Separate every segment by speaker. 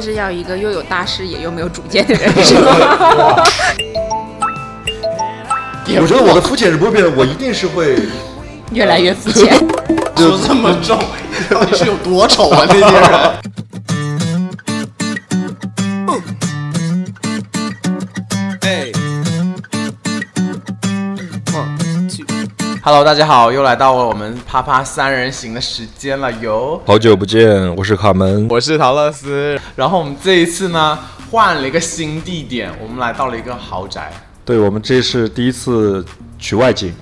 Speaker 1: 是要一个又有大视野又没有主见的人，是 吗？
Speaker 2: 我觉得我的肤浅是不会变的，我一定是会。
Speaker 1: 越来越肤浅。
Speaker 3: 说这么重，到 底是有多丑啊？这些人。Hello，大家好，又来到了我们啪啪三人行的时间了哟。
Speaker 2: 好久不见，我是卡门。
Speaker 3: 我是陶乐斯，然后我们这一次呢换了一个新地点，我们来到了一个豪宅，
Speaker 2: 对我们这是第一次 取外景，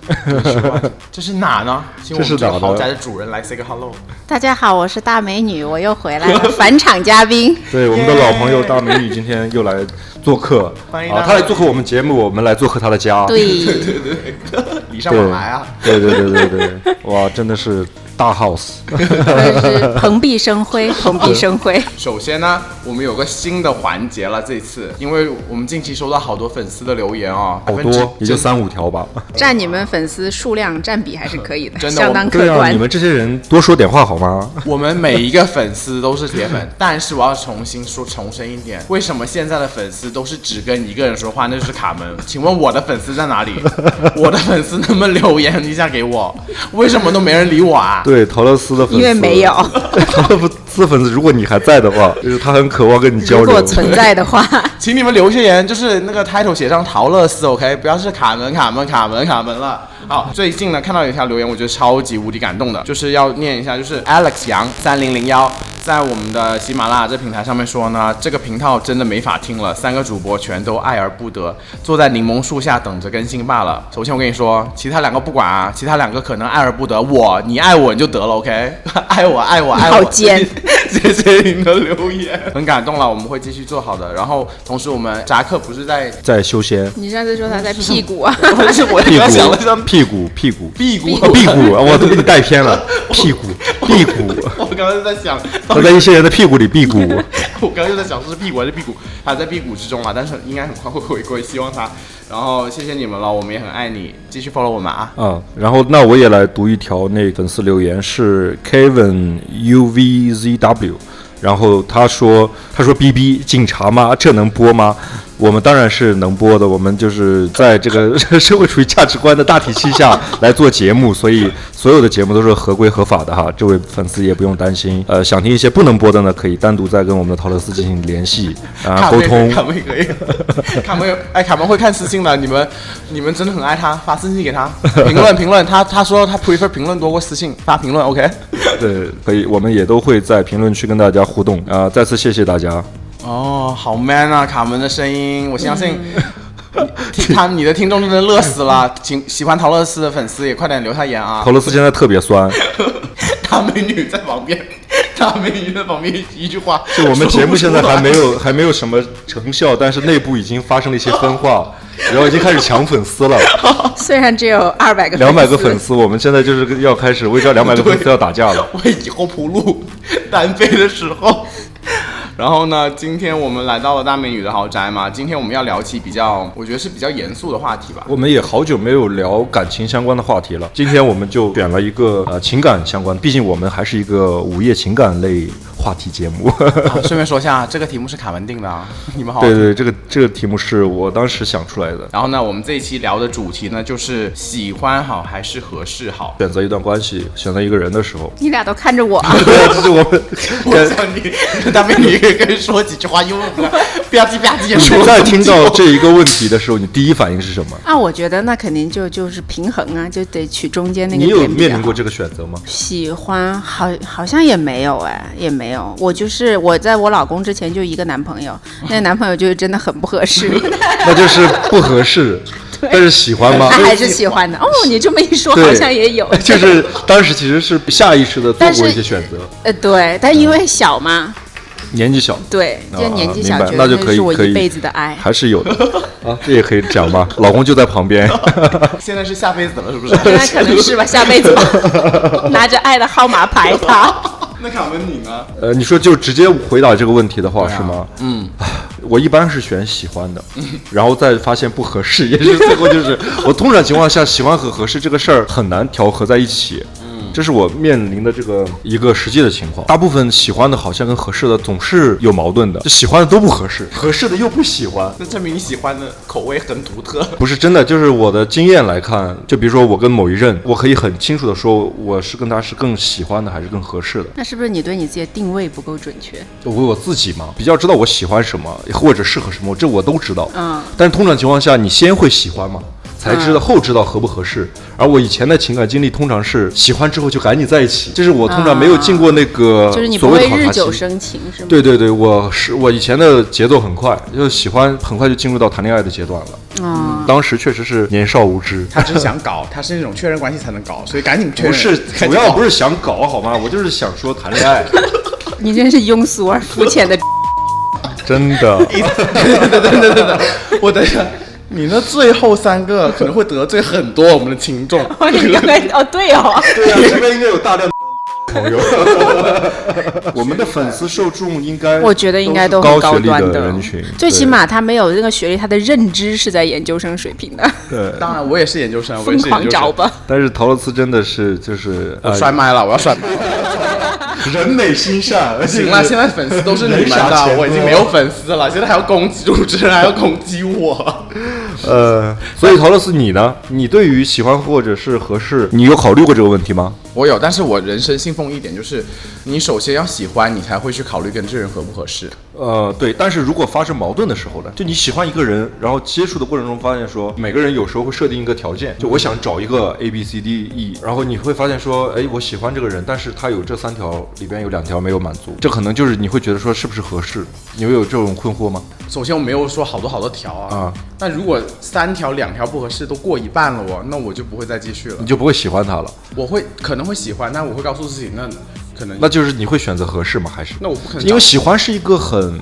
Speaker 3: 这是哪呢？请我
Speaker 2: 这是
Speaker 3: 们这
Speaker 2: 哪
Speaker 3: 个
Speaker 2: 呢
Speaker 3: 豪宅的主人来 say 个 hello。
Speaker 1: 大家好，我是大美女，我又回来 了，返场嘉宾。
Speaker 2: 对我们的老朋友大美女今天又来做客，
Speaker 3: 欢迎
Speaker 2: 啊，
Speaker 3: 大
Speaker 2: 她来做客我们节目，我们来做客她的 家。
Speaker 1: 对，
Speaker 3: 礼
Speaker 2: 对，
Speaker 3: 尚往来啊！
Speaker 2: 对对对对 对，哇，真的是大 house。
Speaker 1: 是蓬荜生辉， 蓬荜生辉。
Speaker 3: 首先呢，我们有个新的环节了，这一次，因为我们近期收到好多粉丝的留言哦，
Speaker 2: 好
Speaker 3: 百分之
Speaker 2: 多，也就三五条吧。
Speaker 1: 占你们粉丝数量占比还是可以的，
Speaker 3: 真的
Speaker 1: 相当
Speaker 2: 对
Speaker 1: 客
Speaker 2: 啊，
Speaker 1: 观
Speaker 2: 你。们这些人多说点话好 吗？
Speaker 3: 我们每一个粉丝都是铁粉，但是我要重新说重申一点，为什么现在的粉丝都是只跟一个人说话，那就是卡门？ 请问我的粉丝在哪里？我的粉丝能不能留言一下给我？为什么都没人理我啊？
Speaker 2: 对，陶乐斯的粉丝，
Speaker 1: 因为没有
Speaker 2: 陶乐斯粉丝，如果你还在的话，就是他很渴望跟你交
Speaker 1: 如
Speaker 2: 流
Speaker 1: 果。存在的话，
Speaker 3: 请你们留一些言，就是那个 title 写上陶乐斯，OK，不要是卡门、卡门、卡门、卡门了。好，最近呢看到有一条留言，我觉得超级无敌感动的，就是要念一下，就是 Alex 杨三零零幺在我们的喜马拉雅这平台上面说呢，这个频道真的没法听了，三个主播全都爱而不得，坐在柠檬树下等着更新罢了。首先我跟你说，其他两个不管啊，其他两个可能爱而不得，我你爱我你就得了，OK，爱我爱我爱我，
Speaker 1: 好尖。
Speaker 3: 谢谢您的留言，很感动了，我们会继续做好的。然后，同时我们扎克不是在，
Speaker 2: 在修仙，
Speaker 1: 你上次说他在屁股 啊，
Speaker 3: 不是 我
Speaker 2: 屁
Speaker 3: 刚想了
Speaker 2: 股，
Speaker 3: 像
Speaker 2: 屁股，屁股，
Speaker 3: 屁股
Speaker 2: 哦屁股，啊我都被你带偏了，屁股，屁 股，
Speaker 3: 我刚刚在想，
Speaker 2: 他在一些人的屁股里辟谷。
Speaker 3: 我刚刚就在想是屁股还是屁股，他在屁股之中啊，但是应该很快会回归，希望他。然后谢谢你们了，我们也很爱你，继续 follow 我们啊。
Speaker 2: 啊、然后那我也来读一条那粉丝留言，是 Kevin UVZW，然后他说他说 BB 警察吗？啊这能播吗？我们当然是能播的，我们就是在这个 社会主义价值观的大体系下来做节目，所以所有的节目都是合规合法的哈。这位粉丝也不用担心，呃，想听一些不能播的呢，可以单独再跟我们的陶乐斯进行联系啊、
Speaker 3: 卡
Speaker 2: 沟
Speaker 3: 门
Speaker 2: 通。
Speaker 3: 卡门也可以， 卡门有哎，卡门会看私信的，你们你们真的很爱他，发私信给他，评论评论，他他说他 prefer 评论多过私信，发评论 OK。
Speaker 2: 对，可以，我们也都会在评论区跟大家互动啊、再次谢谢大家。
Speaker 3: 哦，好 man 啊！卡门的声音，我相
Speaker 2: 嗯
Speaker 3: 信 听他你的听众真的乐死了。请喜欢陶乐斯的粉丝也快点留下言啊
Speaker 2: 陶！乐斯现在特别酸。
Speaker 3: 大美女在旁边， 大美女在旁边一句话，
Speaker 2: 就我们节目现在还没有还没有什么成效，但是内部已经发生了一些分化，然后已经开始抢粉丝 了。
Speaker 1: 虽然只有二百个。
Speaker 2: 两百个粉丝，我们现在就是要开始为这两百个粉丝要打架了。
Speaker 3: 为以后铺路， 单飞的时候。然后呢，今天我们来到了大美女的豪宅嘛，今天我们要聊起比较，我觉得是比较严肃的话题 吧。
Speaker 2: 我们也好久没有聊感情相关的话题了，今天我们就选了一个呃情感相关，毕竟我们还是一个午夜情感类话题节目。
Speaker 3: 啊顺便说一下，这个题目是卡门定的啊，你们好好
Speaker 2: 对对，这个这个题目是我当时想出来的，
Speaker 3: 然后呢，我们这一期聊的主题呢，就是喜欢好还是合适好。
Speaker 2: 选择一段关系，选择一个人的时候
Speaker 1: 你俩都看 着我啊，
Speaker 2: 对，这是我 们
Speaker 3: 我操你，大妹，你可以跟人说几句话，用不吧唧吧唧也说
Speaker 2: 你
Speaker 3: 不
Speaker 2: 在
Speaker 3: 出
Speaker 2: 听到这一个问题的时候，你第一反应是什么？
Speaker 1: 啊，我觉得那肯定就就是平衡啊，就得取中间那个
Speaker 2: 你有
Speaker 1: 点比
Speaker 2: 面
Speaker 1: 较
Speaker 2: 临
Speaker 1: 好
Speaker 2: 过这个选择吗？
Speaker 1: 喜欢好好像也没有哎，也没有。我就是我在我老公之前就一个男朋友，那个男朋友就真的很不合适，
Speaker 2: 那就是不合适。 但是喜欢吗
Speaker 1: 他？还是喜欢的。哦，你这么一说，
Speaker 2: 对
Speaker 1: 好像也有。
Speaker 2: 就是当时其实是下意识的做
Speaker 1: 但
Speaker 2: 过
Speaker 1: 是
Speaker 2: 一些选择，
Speaker 1: 呃，对，但因
Speaker 2: 嗯
Speaker 1: 为小嘛，
Speaker 2: 年纪小，
Speaker 1: 对，就
Speaker 2: 啊
Speaker 1: 年纪
Speaker 2: 明
Speaker 1: 小，
Speaker 2: 白
Speaker 1: 觉
Speaker 2: 那
Speaker 1: 得
Speaker 2: 就可
Speaker 1: 是
Speaker 2: 以
Speaker 1: 我
Speaker 2: 可以
Speaker 1: 一辈子的爱。
Speaker 2: 还是有的啊，这也可以讲吧。老公就在旁边，
Speaker 3: 现在是下辈子了，是不是？
Speaker 1: 那可能 是吧，下辈子吧，拿着爱的号码牌他。
Speaker 3: 那卡门你呢？
Speaker 2: 呃，你说就直接回答这个问题的话、
Speaker 3: 对啊
Speaker 2: 是吗？嗯，我一般是选喜欢的，然后再发现不合 适，也是最后就是我通常情况下喜欢和合适这个事儿很难调和在一起。嗯，这是我面临的这个一个实际的情况。大部分喜欢的好像跟合适的总是有矛盾的，就喜欢的都不合适，合适的又不喜欢。
Speaker 3: 那证明你喜欢的口味很独特。
Speaker 2: 不是真的，就是我的经验来看，就比如说我跟某一任，我可以很清楚的说，我是跟他是更喜欢的还是更合适的。
Speaker 1: 那是不是你对你自己的定位不够准确？
Speaker 2: 我为我自己嘛，比较知道我喜欢什么或者适合什么，这我都知道。
Speaker 1: 嗯，
Speaker 2: 但是通常情况下，你先会喜欢嘛，才知道、后知道合不合适。而我以前的情感经历通常是喜欢之后就赶紧在一起，就是我通常没有进过那个
Speaker 1: 啊就是你
Speaker 2: 呃所
Speaker 1: 不
Speaker 2: 谓
Speaker 1: 会
Speaker 2: 的考
Speaker 1: 日
Speaker 2: 察
Speaker 1: 久
Speaker 2: 期。
Speaker 1: 生情是吗？
Speaker 2: 对对对，我是我以前的节奏很快，就是喜欢很快就进入到谈恋爱的阶段了。
Speaker 1: 啊、
Speaker 2: 当时确实是年少无知，
Speaker 3: 他只是想搞，他是那种确认关系才能搞，所以赶紧确认。
Speaker 2: 不是
Speaker 3: 赶紧
Speaker 2: 主要
Speaker 3: 搞
Speaker 2: 不是想搞好吗？我就是想说谈恋爱，
Speaker 1: 你真是庸俗而肤浅 的
Speaker 2: 真的。
Speaker 3: 等等等等，我等一下，你那最后三个可能会得罪很多我们的听众。
Speaker 1: 哦，你刚才哦，对哦，
Speaker 2: 对啊，这边应该有大量的朋友。 我们的粉丝受众应该，
Speaker 1: 我觉得应该
Speaker 2: 都
Speaker 1: 都
Speaker 2: 是
Speaker 1: 很
Speaker 2: 高学历
Speaker 1: 端
Speaker 2: 的哦
Speaker 1: 的
Speaker 2: 人群，
Speaker 1: 最
Speaker 2: 对
Speaker 1: 起码他没有那个学历，他的认知是在研究生水平 的。
Speaker 2: 对。
Speaker 3: 当然，我也是研究生，我
Speaker 1: 疯
Speaker 3: 也是研
Speaker 1: 狂
Speaker 3: 究
Speaker 1: 找
Speaker 3: 生。
Speaker 1: 吧，
Speaker 2: 但是陶乐斯真的是就是
Speaker 3: 我
Speaker 2: 呃
Speaker 3: 摔麦了，我要摔麦了。
Speaker 2: 人美心善， 而 且
Speaker 3: 行了，现在粉丝都是你们
Speaker 2: 人傻钱
Speaker 3: 的，
Speaker 2: 多
Speaker 3: 我已经没有粉丝了。现在还要攻击主持人，还要 攻击我。
Speaker 2: 呃，所以陶乐斯你呢？你对于喜欢或者是合适，你有考虑过这个问题吗？
Speaker 3: 我有，但是我人生信奉一点就是，你首先要喜欢，你才会去考虑跟这个人合不合适。
Speaker 2: 呃，对，但是如果发生矛盾的时候呢，就你喜欢一个人，然后接触的过程中发现说，每个人有时候会设定一个条件，就我想找一个 A B C D E，然后你会发现说，哎，我喜欢这个人，但是他有这三条里边有两条没有满足，这可能就是你会觉得说是不是合适？你会有这种困惑吗？
Speaker 3: 首先我没有说好多好多条啊
Speaker 2: 啊，
Speaker 3: 那、如果三条两条不合适都过一半了我，那我就不会再继续了
Speaker 2: 你。就不会喜欢他了？
Speaker 3: 我会可能会喜欢，但我会告诉自己，那可能
Speaker 2: 那就是你会选择合适吗？还是
Speaker 3: 那我不可能
Speaker 2: 因为
Speaker 3: 找
Speaker 2: 喜欢是一个很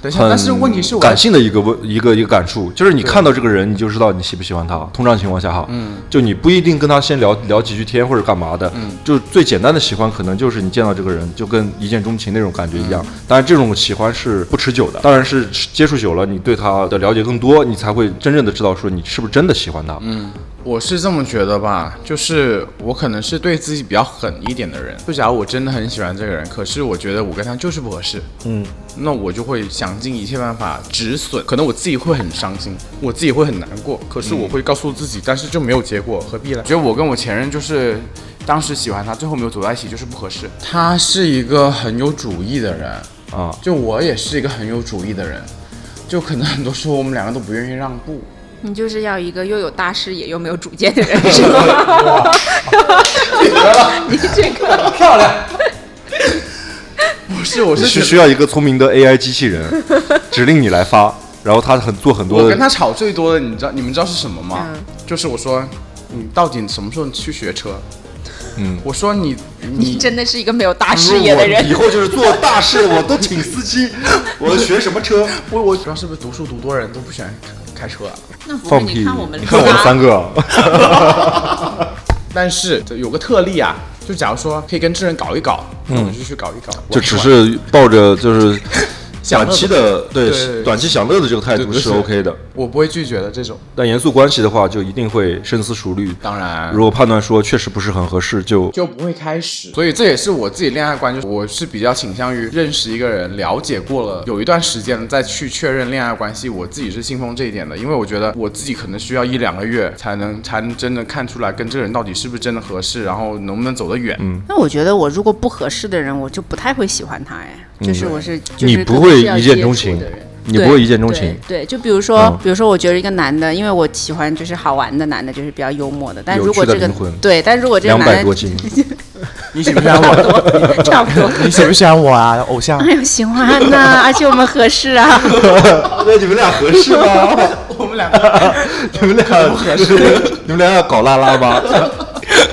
Speaker 3: 等一下，
Speaker 2: 很
Speaker 3: 但是问题是我
Speaker 2: 感性的一个问一个一个感触，就是你看到这个人，你就知道你喜不喜欢他。通常情况下哈，嗯，就你不一定跟他先聊聊几句天或者干嘛的，嗯，就最简单的喜欢可能就是你见到这个人就跟一见钟情那种感觉一
Speaker 3: 嗯
Speaker 2: 样。当然，这种喜欢是不持久的，当然是接触久了，你对他的了解更多，你才会真正的知道说你是不是真的喜欢他。嗯，
Speaker 3: 我是这么觉得吧，就是我可能是对自己比较狠一点的人。就假如我真的很喜欢这个人，可是我觉得我跟他就是不合适，嗯，那我就会想尽一切办法止损。可能我自己会很伤心，我自己会很难过，可是我会告诉自己，但是就没有结果，何必呢？觉得我跟我前任就是。当时喜欢他，最后没有走在一起，就是不合适。他是一个很有主意的人，
Speaker 2: 啊，
Speaker 3: 就我也是一个很有主意的人，就可能很多时候我们两个都不愿意让步。
Speaker 1: 你就是要一个又有大视野又没有主见的 人，是吗？ 你这个
Speaker 3: 不是，我
Speaker 2: 你
Speaker 3: 是
Speaker 2: 是
Speaker 3: 觉得
Speaker 2: 需要一个聪明的 AI 机器人 指令你来发，然后他很做很多
Speaker 3: 我
Speaker 2: 的
Speaker 3: 跟他吵最多的，你知道你们知道是什么吗？
Speaker 1: 嗯
Speaker 3: 就是我说你到底什么时候去学车？
Speaker 2: 嗯，
Speaker 3: 我说你
Speaker 1: 你
Speaker 3: 你
Speaker 1: 真的是一个没有大视野的
Speaker 2: 我以
Speaker 1: 人。
Speaker 2: 后就是做大事，我都请司机。我学什么车？
Speaker 3: 我我主要是不是读书读多人都不喜欢开车啊？
Speaker 1: 那不会，
Speaker 2: 放屁！
Speaker 1: 你看我们
Speaker 2: 你看我们三个啊，
Speaker 3: 但是有个特例啊，就假如说可以跟这人搞一搞，那我就去搞一搞，
Speaker 2: 嗯就
Speaker 3: 玩一
Speaker 2: 只
Speaker 3: 玩
Speaker 2: 是抱着 就是
Speaker 3: 享
Speaker 2: 短
Speaker 3: 乐
Speaker 2: 期的对
Speaker 3: 对对对
Speaker 2: 短期享乐的这个态
Speaker 3: 对
Speaker 2: 度
Speaker 3: 对
Speaker 2: 是 OK 的，
Speaker 3: 我不会拒绝的这种。
Speaker 2: 但严肃关系的话，就一定会深思熟虑。
Speaker 3: 当然
Speaker 2: 如果判断说确实不是很合适，就
Speaker 3: 就不会开始。所以这也是我自己恋爱观，就是我是比较倾向于认识一个人，了解过了有一段时间了再去确认恋爱关系。我自己是信奉这一点的，因为我觉得我自己可能需要一两个月才能才能真的看出来跟这个人到底是不是真的合适，然后能不能走得远。嗯，
Speaker 1: 那我觉得我如果不合适的人，我就不太会喜欢他哎，就是我是就是
Speaker 2: 嗯你
Speaker 1: 可
Speaker 2: 不
Speaker 1: 能
Speaker 2: 会
Speaker 1: 是要
Speaker 2: 一见
Speaker 1: 接
Speaker 2: 钟
Speaker 1: 触
Speaker 2: 情
Speaker 1: 的人。
Speaker 2: 你
Speaker 1: 对
Speaker 2: 不会一见钟 情。
Speaker 1: 对，对就比如说，
Speaker 2: 嗯
Speaker 1: 比如说，我觉得一个男的，因为我喜欢就是好玩的男的，就是比较幽默的。但
Speaker 2: 有
Speaker 1: 如果
Speaker 2: 趣的
Speaker 1: 这个
Speaker 2: 灵魂
Speaker 1: 对，但如果这个
Speaker 2: 两
Speaker 1: 男的
Speaker 2: 百 多斤，
Speaker 3: 你喜不喜欢我？
Speaker 1: 差不多，
Speaker 3: 你喜不喜欢我啊？偶像
Speaker 1: 哎呦，喜欢呐，而且我们合适啊。
Speaker 2: 那哦你们俩合适吗？
Speaker 3: 我们两个
Speaker 2: 你们俩不合适， 你们俩要搞拉拉吗？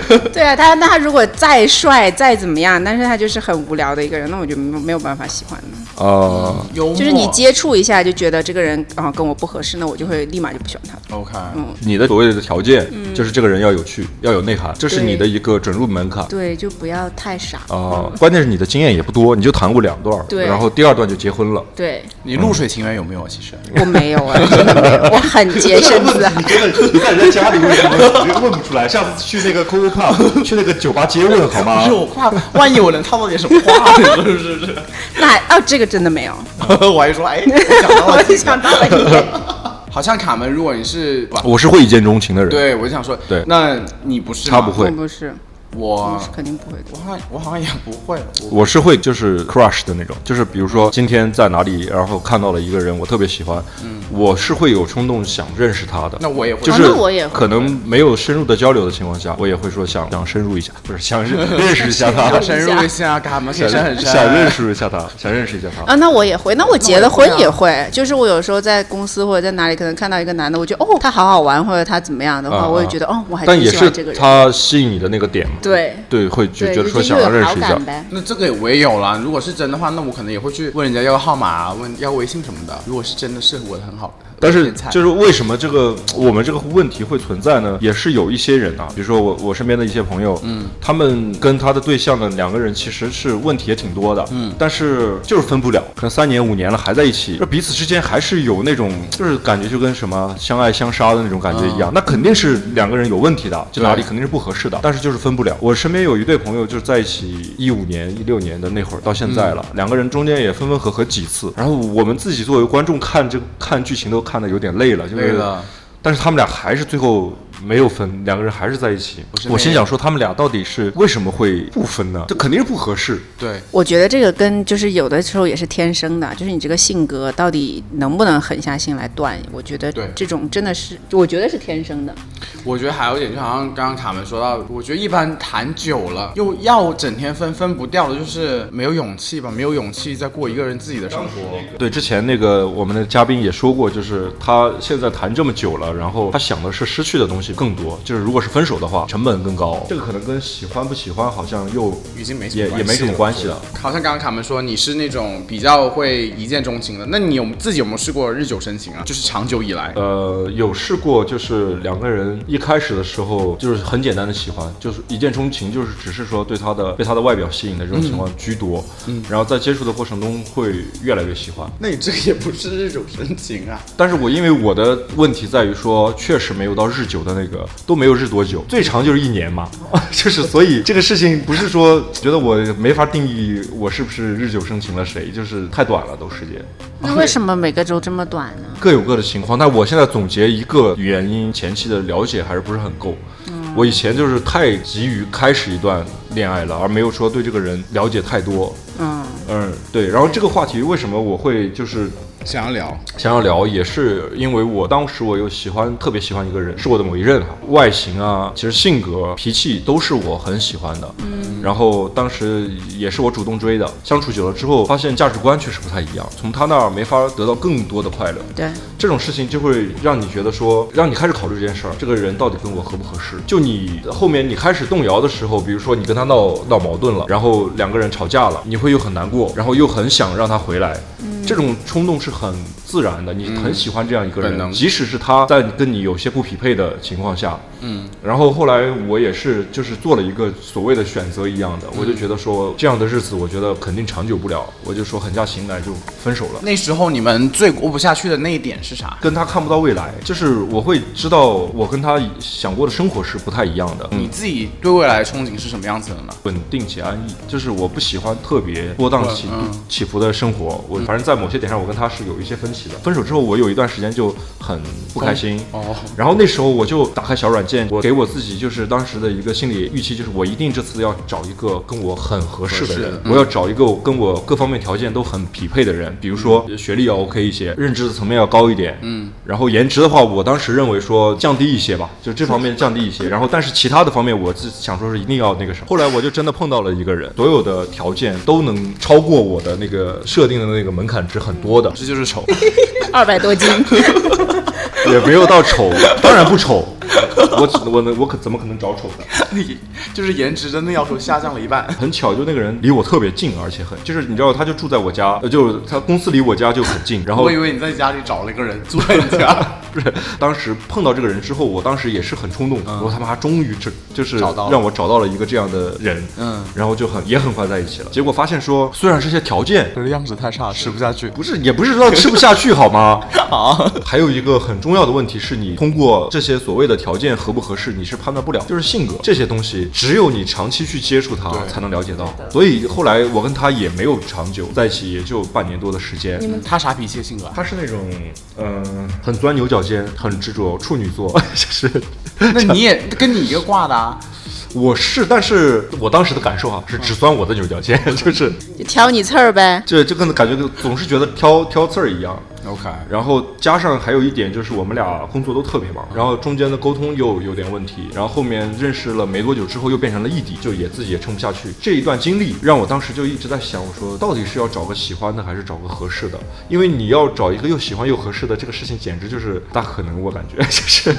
Speaker 1: 对啊，他那他如果再帅再怎么样，但是他就是很无聊的一个人，那我就没有没有办法喜欢了。
Speaker 2: 啊、
Speaker 3: 幽默
Speaker 1: 就是你接触一下就觉得这个人啊跟我不合适，那我就会立马就不喜欢他
Speaker 2: 哦
Speaker 1: 了。嗯
Speaker 3: OK，
Speaker 2: 你的所谓的条件、就是这个人要有趣，要有内涵，这是
Speaker 1: 对
Speaker 2: 你的一个准入门槛。
Speaker 1: 对，就不要太傻。
Speaker 2: 啊、关键是你的经验也不多，你就谈过两段儿，
Speaker 1: 对
Speaker 2: 然后第二段就结婚了。
Speaker 1: 对
Speaker 3: 你露水情缘有没有啊？ 其实
Speaker 1: 我没有啊，真的没有我很洁身自啊爱。
Speaker 2: 真的，你在人家家里问你问不出来，下次去那个 Coco Club，去那个酒吧接吻好吗
Speaker 3: 不是我怕，万一我能套到点什么话，是不是？是
Speaker 1: 那还啊，这个真的没 有，
Speaker 3: 我还说，哎，我想到
Speaker 1: 我
Speaker 3: 了
Speaker 1: 就
Speaker 3: 几个，
Speaker 1: 想到了一点。
Speaker 3: 好像卡门，如果你是，
Speaker 2: 我是会一见钟情的人，，
Speaker 3: 对我就想说，
Speaker 2: 对
Speaker 3: 那你不是吗
Speaker 2: 他不会
Speaker 1: 我不是，我
Speaker 3: 我
Speaker 2: 啊
Speaker 1: 是肯定不会的
Speaker 3: 我。好像我好像也不会，我
Speaker 2: 我是会就是 crush 的那种，就是比如说今天在哪里，然后看到了一个人，我特别喜欢，我是会有冲动想认识他的。
Speaker 3: 那我也会，
Speaker 2: 就是
Speaker 1: 那我也会
Speaker 2: 可能没有深入的交流的情况下，我也会说想想深入一下，不是想认认识一下他，
Speaker 3: 深入一下，卡门可以
Speaker 2: 想
Speaker 3: 深很深，
Speaker 2: 想认识一下他，想认识一下他。
Speaker 1: 啊，那我也会，那我结了婚
Speaker 3: 那我也
Speaker 1: 也会，啊就是我有时候在公司或者在哪里，可能看到一个男的，我就哦，他好好玩，或者他怎么样的话，
Speaker 2: 啊
Speaker 1: 我也
Speaker 2: 啊
Speaker 1: 觉得哦，我还
Speaker 2: 但
Speaker 1: 挺
Speaker 2: 也
Speaker 1: 喜
Speaker 2: 是
Speaker 1: 欢这个人。
Speaker 2: 他吸引你的那个点嘛，
Speaker 1: 对，
Speaker 2: 对，会就
Speaker 1: 对，
Speaker 2: 觉得
Speaker 1: 就
Speaker 2: 说
Speaker 1: 是
Speaker 2: 想
Speaker 1: 又
Speaker 2: 要
Speaker 1: 有
Speaker 2: 认
Speaker 1: 好
Speaker 2: 识一下
Speaker 1: 感。呗。
Speaker 3: 那这个我也有啦。如果是真的话，那我可能也会去问人家要个号码、啊，问要微信什么的。如果是真的适合我的，很好。
Speaker 2: 但是
Speaker 3: 菜
Speaker 2: 就是为什么这个我们这个问题会存在呢？也是有一些人啊，比如说我我身边的一些朋友，嗯，他们跟他的对象呢，两个人其实是问题也挺多的，嗯，但是就是分不了，可能三年五年了还在一起，这彼此之间还是有那种就是感觉就跟什么相爱相杀的那种感觉一样，那肯定是两个人有问题的，就哪里
Speaker 3: 对
Speaker 2: 肯定是不合适的，但是就是分不了。我身边有一对朋友就是在一起一五年、一六年的那会儿到现在了，两个人中间也分分合合几次。然后我们自己作为观众看这个看剧情都看得有点累了，就是
Speaker 3: 累了。
Speaker 2: 但是他们俩还是最后没有分，两个人还是在一起
Speaker 3: 不是。那
Speaker 2: 我心想说，他们俩到底是为什么会不分呢？这肯定是不合适。
Speaker 3: 对，
Speaker 1: 我觉得这个跟就是有的时候也是天生的，就是你这个性格到底能不能狠下心来断，我觉得
Speaker 3: 对
Speaker 1: 这种真的是，我觉得是天生的。
Speaker 3: 我觉得还有一点，就好像刚刚卡门说到，我觉得一般谈久了又要整天分分不掉的，就是没有勇气吧，没有勇气再过一个人自己的生活。
Speaker 2: 对，之前那个我们的嘉宾也说过，就是他现在谈这么久了，然后他想的是失去的东西更多，就是如果是分手的话，成本更高。这个可能跟喜欢不喜欢好像又
Speaker 3: 已经没什么
Speaker 2: 也
Speaker 3: 关系
Speaker 2: 也没什么
Speaker 3: 了
Speaker 2: 关系了。
Speaker 3: 好像刚刚卡门说你是那种比较会一见钟情的，那你有自己有没有试过日久生情啊？就是长久以来，
Speaker 2: 呃，有试过，就是两个人一开始的时候就是很简单的喜欢，就是一见钟情，就是只是说对他的被他的外表吸引的这种情况居多。嗯，然后在接触的过程中会越来越喜欢。
Speaker 3: 那你这个也不是日久生情啊。
Speaker 2: 但是我因为我的问题在于说，确实没有到日久的那个，都没有日多久， 最长就是一年嘛， 就是所以这个事情不是说觉得我没法定义我是不是日久生情了谁，就是太短了都时间。
Speaker 1: 那为什么每个周这么短呢？
Speaker 2: 各有各的情况。但我现在总结一个原因，前期的了解还是不是很够。我以前就是太急于开始一段恋爱了，而没有说对这个人了解太多。
Speaker 1: 嗯，
Speaker 2: 嗯，对。然后这个话题为什么我会就是
Speaker 3: 想要聊，
Speaker 2: 想要聊，也是因为我当时我有喜欢，特别喜欢一个人，是我的某一任哈，外形啊，其实性格、脾气都是我很喜欢的。嗯，然后当时也是我主动追的，相处久了之后，发现价值观确实不太一样，从他那儿没法得到更多的快乐。
Speaker 1: 对，
Speaker 2: 这种事情就会让你觉得说，让你开始考虑这件事儿，这个人到底跟我合不合适？就你后面你开始动摇的时候，比如说你跟他闹闹矛盾了，然后两个人吵架了，你会又很难过，然后又很想让他回来。这种冲动是很自然的，你很喜欢这样一个
Speaker 3: 嗯本
Speaker 2: 人，
Speaker 3: 能
Speaker 2: 即使是他在跟你有些不匹配的情况下，嗯，然后后来我也是就是做了一个所谓的选择一样的，
Speaker 3: 嗯
Speaker 2: 我就觉得说这样的日子，我觉得肯定长久不了，我就说狠下心来就分手了。
Speaker 3: 那时候你们最过不下去的那一点是啥？
Speaker 2: 跟他看不到未来，就是我会知道我跟他想过的生活是不太一样的。
Speaker 3: 你自己对未来的憧憬是什么样子的呢？
Speaker 2: 稳定且安逸，就是我不喜欢特别波荡起、起伏的生活。我反正在某些点上，我跟他是有一些分歧的。分手之后，我有一段时间就很不开心。
Speaker 3: 哦，
Speaker 2: 然后那时候我就打开小软件，我给我自己就是当时的一个心理预期，就是我一定这次要找一个跟我很合适的
Speaker 3: 合适
Speaker 2: 人
Speaker 3: 的，
Speaker 2: 我要找一个我跟我各方面条件都很匹配的人，比如说学历要 OK 一些，认知的层面要高一点，嗯，然后颜值的话，我当时认为说降低一些吧，就这方面降低一些，然后但是其他的方面我自想说是一定要那个什么。后来我就真的碰到了一个人，所有的条件都能超过我的那个设定的那个门槛值很多的，
Speaker 3: 这就是 丑。
Speaker 1: 二百多斤，
Speaker 2: 也没有到丑，当然不丑，我只我能我可怎么可能找丑的？
Speaker 3: 就是颜值真的要求下降了一半。
Speaker 2: 很巧，就那个人离我特别近，而且很就是你知道，他就住在我家，呃就他公司离我家就很近。然后
Speaker 3: 我以为你在家里找了一个人住在你家，
Speaker 2: 不是， 当时碰到这个人之后，我当时也是很冲动，我他妈终于这就是
Speaker 3: 嗯找到了
Speaker 2: 让我找到了一个这样的人，
Speaker 3: 嗯，
Speaker 2: 然后就很也很快在一起了。结果发现说，虽然这些条件
Speaker 3: 可是样子太差了，吃不下去。
Speaker 2: 不是，也不是说吃不下去好吗？
Speaker 3: 好，
Speaker 2: 还有一个很重要的问题是你通过这些所谓的条件合不合适，你是判断不了，就是性格这些东西，只有你长期去接触它
Speaker 3: 对
Speaker 2: 才能了解到。所以后来我跟他也没有长久在一起，也就半年多的时间。
Speaker 3: 他啥脾气性格啊？
Speaker 2: 他是那种，嗯、很钻牛角尖，很执着，处女座， 就是
Speaker 3: 那你也跟你一个挂的啊？
Speaker 2: 我是，但是我当时的感受啊，是只钻我的牛角尖， 就是
Speaker 1: 就挑你刺儿呗。
Speaker 2: 这这个感觉就总是觉得挑挑刺儿一样。
Speaker 3: OK，
Speaker 2: 然后加上还有一点就是我们俩工作都特别忙，然后中间的沟通又有点问题，然后后面认识了没多久之后又变成了异地，就也自己也撑不下去。这一段经历让我当时就一直在想，我说到底是要找个喜欢的还是找个合适的？因为你要找一个又喜欢又合适的这个事情，简直就是不大可能，我感觉 就是。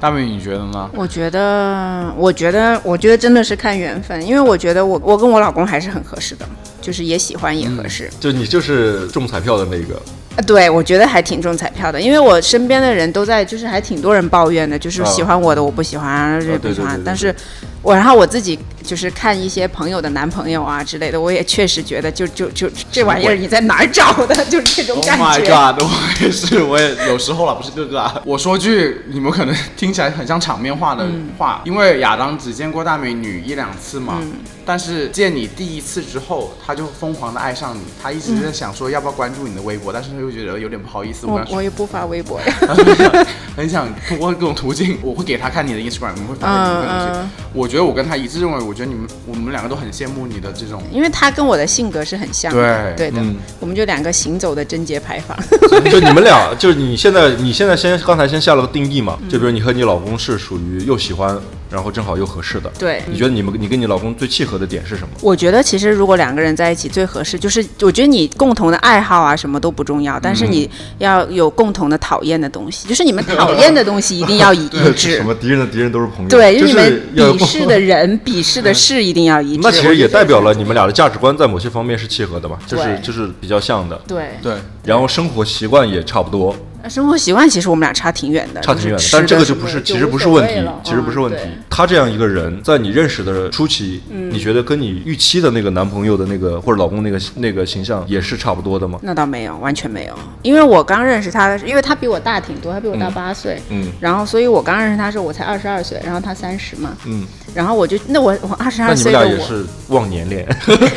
Speaker 3: 大美你觉得呢？
Speaker 1: 我觉得，我觉得，我觉得真的是看缘分，因为我觉得我我跟我老公还是很合适的，就是也喜欢也合适。
Speaker 2: 就你就是中彩票的那个，
Speaker 1: 啊，对，我觉得还挺中彩票的，因为我身边的人都在，就是还挺多人抱怨的，就是
Speaker 2: 啊
Speaker 1: 喜欢我的我不喜欢，这
Speaker 2: 对
Speaker 1: 不喜
Speaker 2: 对
Speaker 1: 欢
Speaker 2: 对。
Speaker 1: 但
Speaker 2: 对
Speaker 1: 是，我然后我自己就是看一些朋友的男朋友啊之类的，我也确实觉得就就就这玩意儿你在哪儿找的，就是这种
Speaker 3: Oh
Speaker 1: 感
Speaker 3: my
Speaker 1: 觉。
Speaker 3: god！我也是，我也有时候了，不是个个啊。我说句你们可能听起来很像场面话的
Speaker 1: 嗯
Speaker 3: 话，因为亚当只见过大美女一两次嘛，
Speaker 1: 嗯
Speaker 3: 但是见你第一次之后，他就疯狂的爱上你，他一直在想说要不要关注你的微博，但是他又觉得有点不好意思，我
Speaker 1: 嗯我
Speaker 3: 跟他
Speaker 1: 我
Speaker 3: 说
Speaker 1: 也不发微博 呀，
Speaker 3: 他就想 很想通过各种途径，我会给他看你的 Instagram，我会发给你看
Speaker 1: 嗯
Speaker 3: 东西
Speaker 1: 嗯。
Speaker 3: 我觉得我跟他一致认为，我觉得你们我们两个都很羡慕你的这种。
Speaker 1: 因为他跟我的性格是很像的，
Speaker 3: 对
Speaker 1: 对
Speaker 2: 嗯
Speaker 1: 的，我们就两个行走的贞节牌坊。
Speaker 2: 就你们俩，就是你现在，你现在先刚才先下了个定义嘛，
Speaker 1: 嗯
Speaker 2: 就比如你和你老公是属于又喜欢，然后正好又合适的。
Speaker 1: 对
Speaker 2: 你觉得你们你跟你老公最契合的点是什么？
Speaker 1: 我觉得其实如果两个人在一起最合适，就是我觉得你共同的爱好啊什么都不重要，但是你要有共同的讨厌的东西，就是你们讨厌的东西一定要一一致
Speaker 2: 什。么敌人的敌人都是朋友，
Speaker 1: 对，就
Speaker 2: 就
Speaker 1: 是你
Speaker 2: 是
Speaker 1: 们
Speaker 2: 要有
Speaker 1: 鄙 视的人、鄙视的事一定要一致。
Speaker 2: 那其
Speaker 1: 我
Speaker 2: 实
Speaker 1: 就
Speaker 2: 也
Speaker 1: 觉得
Speaker 2: 代表了你们俩的价值观在某些方面是契合的嘛，就是
Speaker 1: 对
Speaker 2: 就是比较像的，
Speaker 1: 对。
Speaker 3: 对，
Speaker 2: 然后生活习惯也差不多，
Speaker 1: 生活习惯其实我们俩差挺远的，
Speaker 2: 差挺远
Speaker 1: 哎就
Speaker 2: 的，
Speaker 1: 是
Speaker 2: 但
Speaker 1: 吃
Speaker 2: 这
Speaker 1: 的
Speaker 2: 个
Speaker 1: 什
Speaker 2: 就
Speaker 1: 么
Speaker 2: 不是，
Speaker 1: 的
Speaker 2: 其实
Speaker 1: 无
Speaker 2: 不是
Speaker 1: 所
Speaker 2: 问
Speaker 1: 谓
Speaker 2: 题
Speaker 1: 了，
Speaker 2: 其实不是问题
Speaker 1: 嗯。
Speaker 2: 他这样一个人，在你认识的初期，你觉得跟你预期的那个男朋友的那个或者老公那个那个形象也是差不多的吗？
Speaker 1: 那倒没有，完全没有，因为我刚认识他，的时候，因为他比我大挺多，他比我大八岁，
Speaker 2: 嗯
Speaker 1: 然后所以我刚认识他的时候我才二十二岁，然后他三十嘛，
Speaker 2: 嗯，
Speaker 1: 然后我就那我我二十
Speaker 2: 那
Speaker 1: 二
Speaker 2: 你
Speaker 1: 岁
Speaker 2: 们
Speaker 1: 的
Speaker 2: 俩
Speaker 1: 我，
Speaker 2: 也是忘年 恋，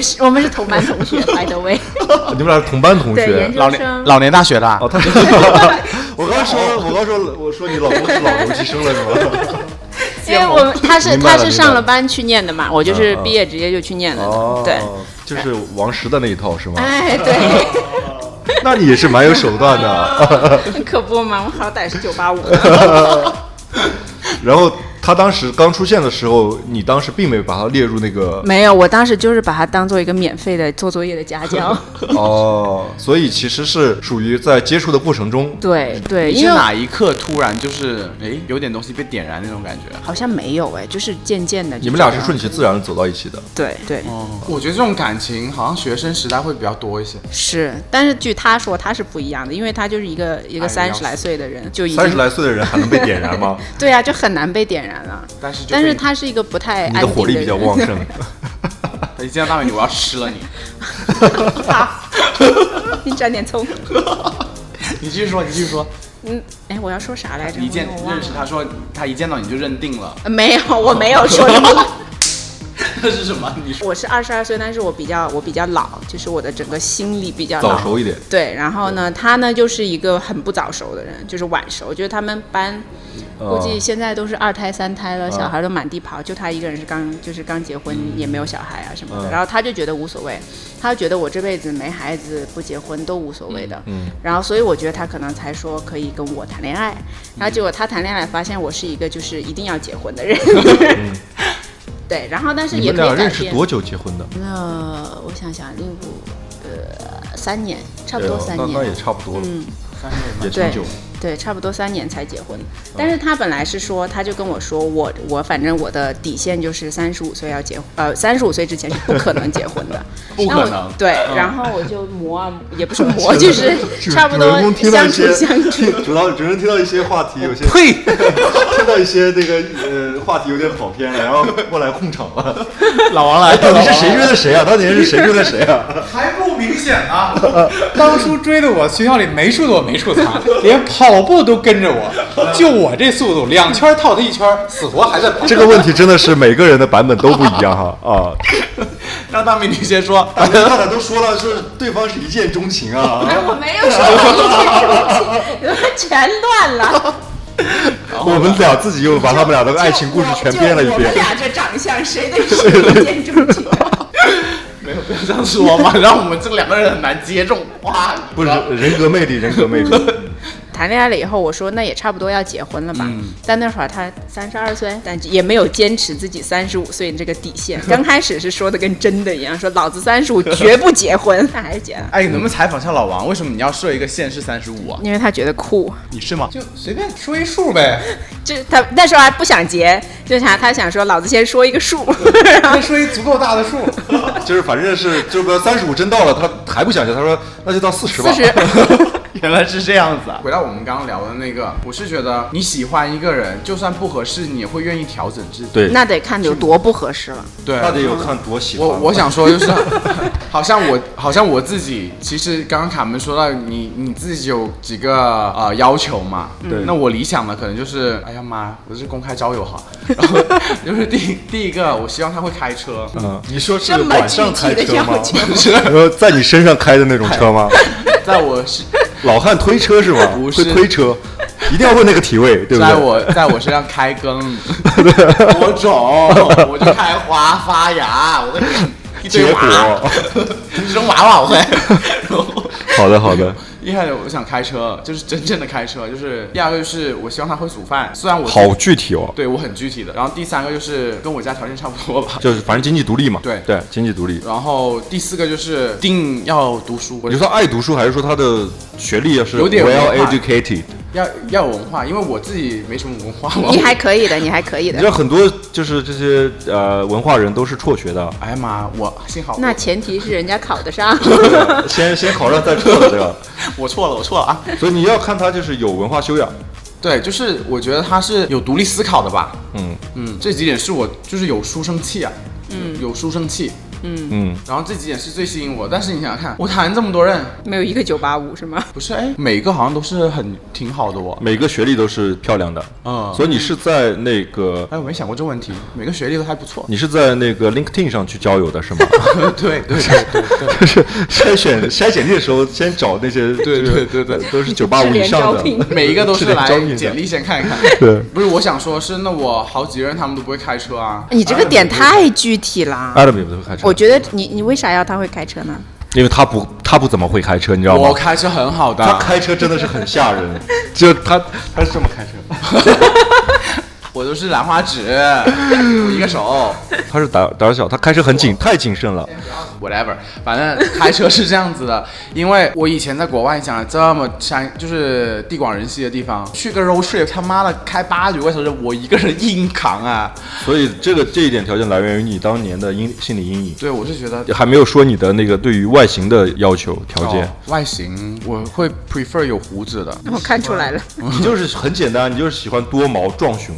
Speaker 1: 是我们是同班 同学，by the way，
Speaker 2: 你们俩是同班同
Speaker 1: 对
Speaker 2: 学
Speaker 1: 研。究
Speaker 3: 老
Speaker 1: 生
Speaker 3: 年老年大学的啊
Speaker 2: 哦，，他， 我刚说，我刚说，我说你老公是老留级生了是吗？
Speaker 1: 因为我们他是
Speaker 2: 明白
Speaker 1: 他
Speaker 2: 了
Speaker 1: 是
Speaker 2: 明
Speaker 1: 上
Speaker 2: 白
Speaker 1: 了
Speaker 2: 了
Speaker 1: 班去念的嘛，我就是
Speaker 2: 嗯嗯
Speaker 1: 毕业直接就去念的，
Speaker 2: 哦，
Speaker 1: 对，，
Speaker 2: 就是王石的那一套是吗？
Speaker 1: 哎对，
Speaker 2: 那你也是蛮有手段的啊。
Speaker 1: 可不嘛，我好歹是九八五，
Speaker 2: 然后他当时刚出现的时候，你当时并没有把他列入那个
Speaker 1: 没有，我当时就是把它当做一个免费的做作业的家 教，
Speaker 2: 哦，所以其实是属于在接触的过程中，
Speaker 1: 对对，
Speaker 3: 你
Speaker 1: 因
Speaker 3: 是
Speaker 1: 为。
Speaker 3: 哪一刻突然就是哎，有点东西被点燃那种感觉？
Speaker 1: 好像没有哎，就是渐渐的。
Speaker 2: 你们俩是顺
Speaker 1: 其
Speaker 2: 其自然走到一起的。
Speaker 1: 对对
Speaker 3: 哦，我觉得这种感情好像学生时代会比较多一些。
Speaker 1: 是，但是据他说他是不一样的，因为他就是一个一个
Speaker 3: 哎
Speaker 1: 三
Speaker 3: 要
Speaker 1: 十
Speaker 3: 死
Speaker 1: 来岁的人，就已经
Speaker 2: 三十来岁的人还能被点燃 吗？
Speaker 1: 对啊，就很难被点燃了。
Speaker 3: 但是就
Speaker 1: 但是
Speaker 3: 被
Speaker 1: 他是一个不太
Speaker 2: 你
Speaker 1: 安
Speaker 2: 的
Speaker 1: 定
Speaker 2: 火力比较
Speaker 1: 人
Speaker 2: 旺盛，
Speaker 3: 一见到大美女，我要吃 了你。
Speaker 1: 你沾点葱。
Speaker 3: 你继续说，你继续说。
Speaker 1: 嗯，哎，我要说啥来着？
Speaker 3: 一见
Speaker 1: 我有点忘
Speaker 3: 认识
Speaker 1: 了
Speaker 3: 他说，他一见到你就认定了，
Speaker 1: 呃没有，我没有说什么。
Speaker 3: 这是什么？你说
Speaker 1: 我是二十二岁，但是我比较我比较老，就是我的整个心理比较
Speaker 2: 早
Speaker 1: 老。
Speaker 2: 熟一点。
Speaker 1: 对，然后呢，他呢就是一个很不早熟的人，就是晚熟，就是他们班
Speaker 2: 哦
Speaker 1: 估计现在都是二胎三胎了，小孩都满地跑，就他一个人是刚就是刚结婚，也没有小孩啊什么的。
Speaker 2: 嗯
Speaker 1: 然后他就觉得无所谓，他觉得我这辈子没孩子不结婚都无所谓的。
Speaker 2: 嗯嗯
Speaker 1: 然后所以我觉得他可能才说可以跟我谈恋爱，
Speaker 2: 嗯
Speaker 1: 然后结果他谈恋爱发现我是一个就是一定要结婚的人。 对，然后但 是
Speaker 2: 嗯你
Speaker 1: 也
Speaker 2: 们
Speaker 1: 可以
Speaker 2: 俩
Speaker 1: 改
Speaker 2: 认识
Speaker 1: 变。
Speaker 2: 多久结婚的？
Speaker 1: 那我想想，六呃三年，差
Speaker 2: 差
Speaker 1: 不多三
Speaker 2: 啊那那
Speaker 1: 年
Speaker 4: 啊
Speaker 2: 也。差不多了，
Speaker 1: 嗯，
Speaker 3: 三个人吗
Speaker 2: 也
Speaker 1: 对
Speaker 2: 挺久。
Speaker 1: 对，差不多三年才结婚。
Speaker 4: 嗯
Speaker 1: 但是他本来是说，他就跟我说，我我反正我的底线就是三十五岁要结婚，呃，三十五岁之前是不可能结 婚的。
Speaker 3: 不
Speaker 1: 那
Speaker 3: 可
Speaker 1: 我
Speaker 3: 能
Speaker 1: 对，
Speaker 4: 嗯
Speaker 1: 然后我就磨啊，也不是磨，就是 差不多
Speaker 4: 主人公听到
Speaker 1: 相
Speaker 4: 一
Speaker 1: 处
Speaker 4: 些，
Speaker 1: 相处。
Speaker 4: 听主要主人听到一些话题，有些
Speaker 3: 呸！
Speaker 4: 听到一些那个呃话题有点跑偏了，然后过来控场 了。哎
Speaker 3: 老王来，
Speaker 4: 到底是谁追的谁啊？到底是谁追的谁啊？
Speaker 3: 还不明显啊？
Speaker 5: 当初追的我，学校里没处躲没处藏，连跑步都跟着我，就我这速度，两圈套他一圈，死活还在 跑。
Speaker 4: 这个问题真的是每个人的版本都不一样哈啊！
Speaker 3: 让大美女先说。
Speaker 4: 大家大家都说了，是对方是一见钟情 啊。
Speaker 1: 哎，我没有说我一见钟情， 全乱了。
Speaker 4: 我们俩自己又把他们俩的 爱情故事全编了一
Speaker 1: 就我
Speaker 4: 遍
Speaker 1: 们。俩这长相，谁能是一见钟情？
Speaker 3: 没有，不要这样说嘛，让我们这两个人很难接中。哇，
Speaker 4: 不是人格魅力，人格魅 力。
Speaker 1: 谈恋爱了以后，我说那也差不多要结婚了吧。
Speaker 2: 嗯
Speaker 1: 但那会儿他三十二岁，但也没有坚持自己三十五岁这个底线。 刚开始是说的跟真的一样，说老子三 十五绝不结婚，那还是结了，
Speaker 3: 哎，能不能采访一下老王？为什么你要设一个限是三十五啊？
Speaker 1: 因为他觉得酷。
Speaker 3: 你是吗？
Speaker 5: 就随便说一数呗，
Speaker 1: 这他那时候还不想结，就想他想说老子先说一个数，然后
Speaker 2: 嗯
Speaker 5: 再说一足够大的数。
Speaker 4: 就是反正是就是三十五真到了，他还不想结，他说那就到四十吧。
Speaker 1: 四十。
Speaker 3: 原来是这样子啊！回到我们刚刚聊的那个，我是觉得你喜欢一个人，就算不合适，你也会愿意调整自己。
Speaker 2: 对
Speaker 1: 那得看有多不合适了。
Speaker 3: 对，
Speaker 4: 那得有看多喜欢。
Speaker 3: 我我想说就是， 好像我好像我自己，其实刚刚卡门说到你你自己有几个呃要求嘛，
Speaker 2: 嗯对
Speaker 3: 那我理想的可能就是，哎呀妈，我是公开招友哈，然后 就是第第一个，我希望他会开车，
Speaker 2: 嗯，
Speaker 4: 你说是
Speaker 1: 这么
Speaker 4: 晚
Speaker 1: 具
Speaker 4: 上开
Speaker 1: 体的
Speaker 4: 车吗
Speaker 1: 要？求，
Speaker 3: 啊
Speaker 4: 说在你身上开的那种车 吗？
Speaker 3: 在我是
Speaker 4: 老汉推车是吗？
Speaker 3: 不
Speaker 4: 会
Speaker 3: 是
Speaker 4: 推车，一定要问那个体位，对不
Speaker 3: 在
Speaker 4: 对？
Speaker 3: 我在我身上开 根，播种，我就开花发芽，我的一堆
Speaker 4: 结
Speaker 3: 娃
Speaker 4: 果，
Speaker 3: 扔娃娃我会，然后
Speaker 4: 好的好的，
Speaker 3: 一开始我想开车，就是真正的开车，就是第二个就是我希望他会煮饭，虽然我
Speaker 2: 好具体哦，
Speaker 3: 对我很具体的，然后第三个就是跟我家条件差不多吧，
Speaker 2: 就是
Speaker 4: 反正经济独立嘛。
Speaker 3: 对呃
Speaker 2: 对
Speaker 4: 经济独立。
Speaker 3: 然后第四个就是定要读书，我
Speaker 2: 你说他爱读书还是说他的学历啊要是
Speaker 3: 有点
Speaker 2: well
Speaker 3: 文化
Speaker 2: educated？
Speaker 3: 要要有文化，因为我自己没什么文化嘛。
Speaker 1: 你还可以的，你还可以
Speaker 2: 嗯你
Speaker 1: 的
Speaker 2: 知。道很多就是这些呃文化人都是辍学的，
Speaker 3: 哎呀妈，我幸好我
Speaker 1: 那前提是人家考得 上。
Speaker 2: 先先考上再辍的，对吧？
Speaker 3: 我错了，我错了啊！
Speaker 2: 所以你要看他就是有文化修养，
Speaker 3: 对，就是我觉得他是有独立思考的吧，
Speaker 2: 嗯
Speaker 3: 嗯，这几点是我就是有书生气啊，嗯，有书生气，
Speaker 2: 嗯，
Speaker 3: 然后这几点是最吸引我。但是你想想看，我谈这么多人，
Speaker 1: 没有一个九八五是吗？
Speaker 3: 不是哎，每个好像都是很挺好的哦，
Speaker 2: 每个学历都是漂亮的，
Speaker 3: 嗯，
Speaker 2: 所以你是在那个
Speaker 3: 哎，我没想过这个问题，每个学历都还不错，
Speaker 2: 你是在那个 LinkedIn 上去交友的是吗？
Speaker 3: 对对对对对，
Speaker 2: 就是筛选筛简历的时候，先找那些
Speaker 3: 对
Speaker 2: 就
Speaker 3: 对
Speaker 2: 是
Speaker 3: 对对
Speaker 2: 都是九八五
Speaker 1: 是
Speaker 2: 以上
Speaker 1: 连招 聘
Speaker 2: 的，
Speaker 3: 每一个都是
Speaker 2: 是的招聘
Speaker 3: 来
Speaker 2: 的
Speaker 3: 简历先看一看。
Speaker 2: 对，
Speaker 3: 不是，我想说，是那我好几个人他们都不会开车啊。
Speaker 1: 你这个点太具体了。
Speaker 2: a d a 也不会开车
Speaker 1: 我，觉得你你为啥要他会开车呢？
Speaker 2: 因为他不他不怎么会开车，你知道
Speaker 3: 我
Speaker 2: 吗？啊
Speaker 3: 开车很好的，
Speaker 4: 他开车真的是很吓人，
Speaker 2: 就他
Speaker 4: 他是这么开车。
Speaker 3: 我都是兰花 指，我一个手
Speaker 2: 他是胆胆小，他开车很谨太谨慎了。
Speaker 3: ，whatever，反正开车是这样子的。因为我以前在国外讲这么山，就是地广人稀的地方，去个 road trip，他妈的开八九个小时，我一个人硬扛啊。
Speaker 2: 所以这个这一点条件来源于你当年的阴心理阴影，
Speaker 3: 对，我是觉得。
Speaker 2: 还没有说你的那个对于外形的要求条件
Speaker 3: 哦。、外形我会 prefer 有胡子的，
Speaker 1: 我看出来了，
Speaker 2: 你就是很简单，你就是喜欢多毛壮 熊，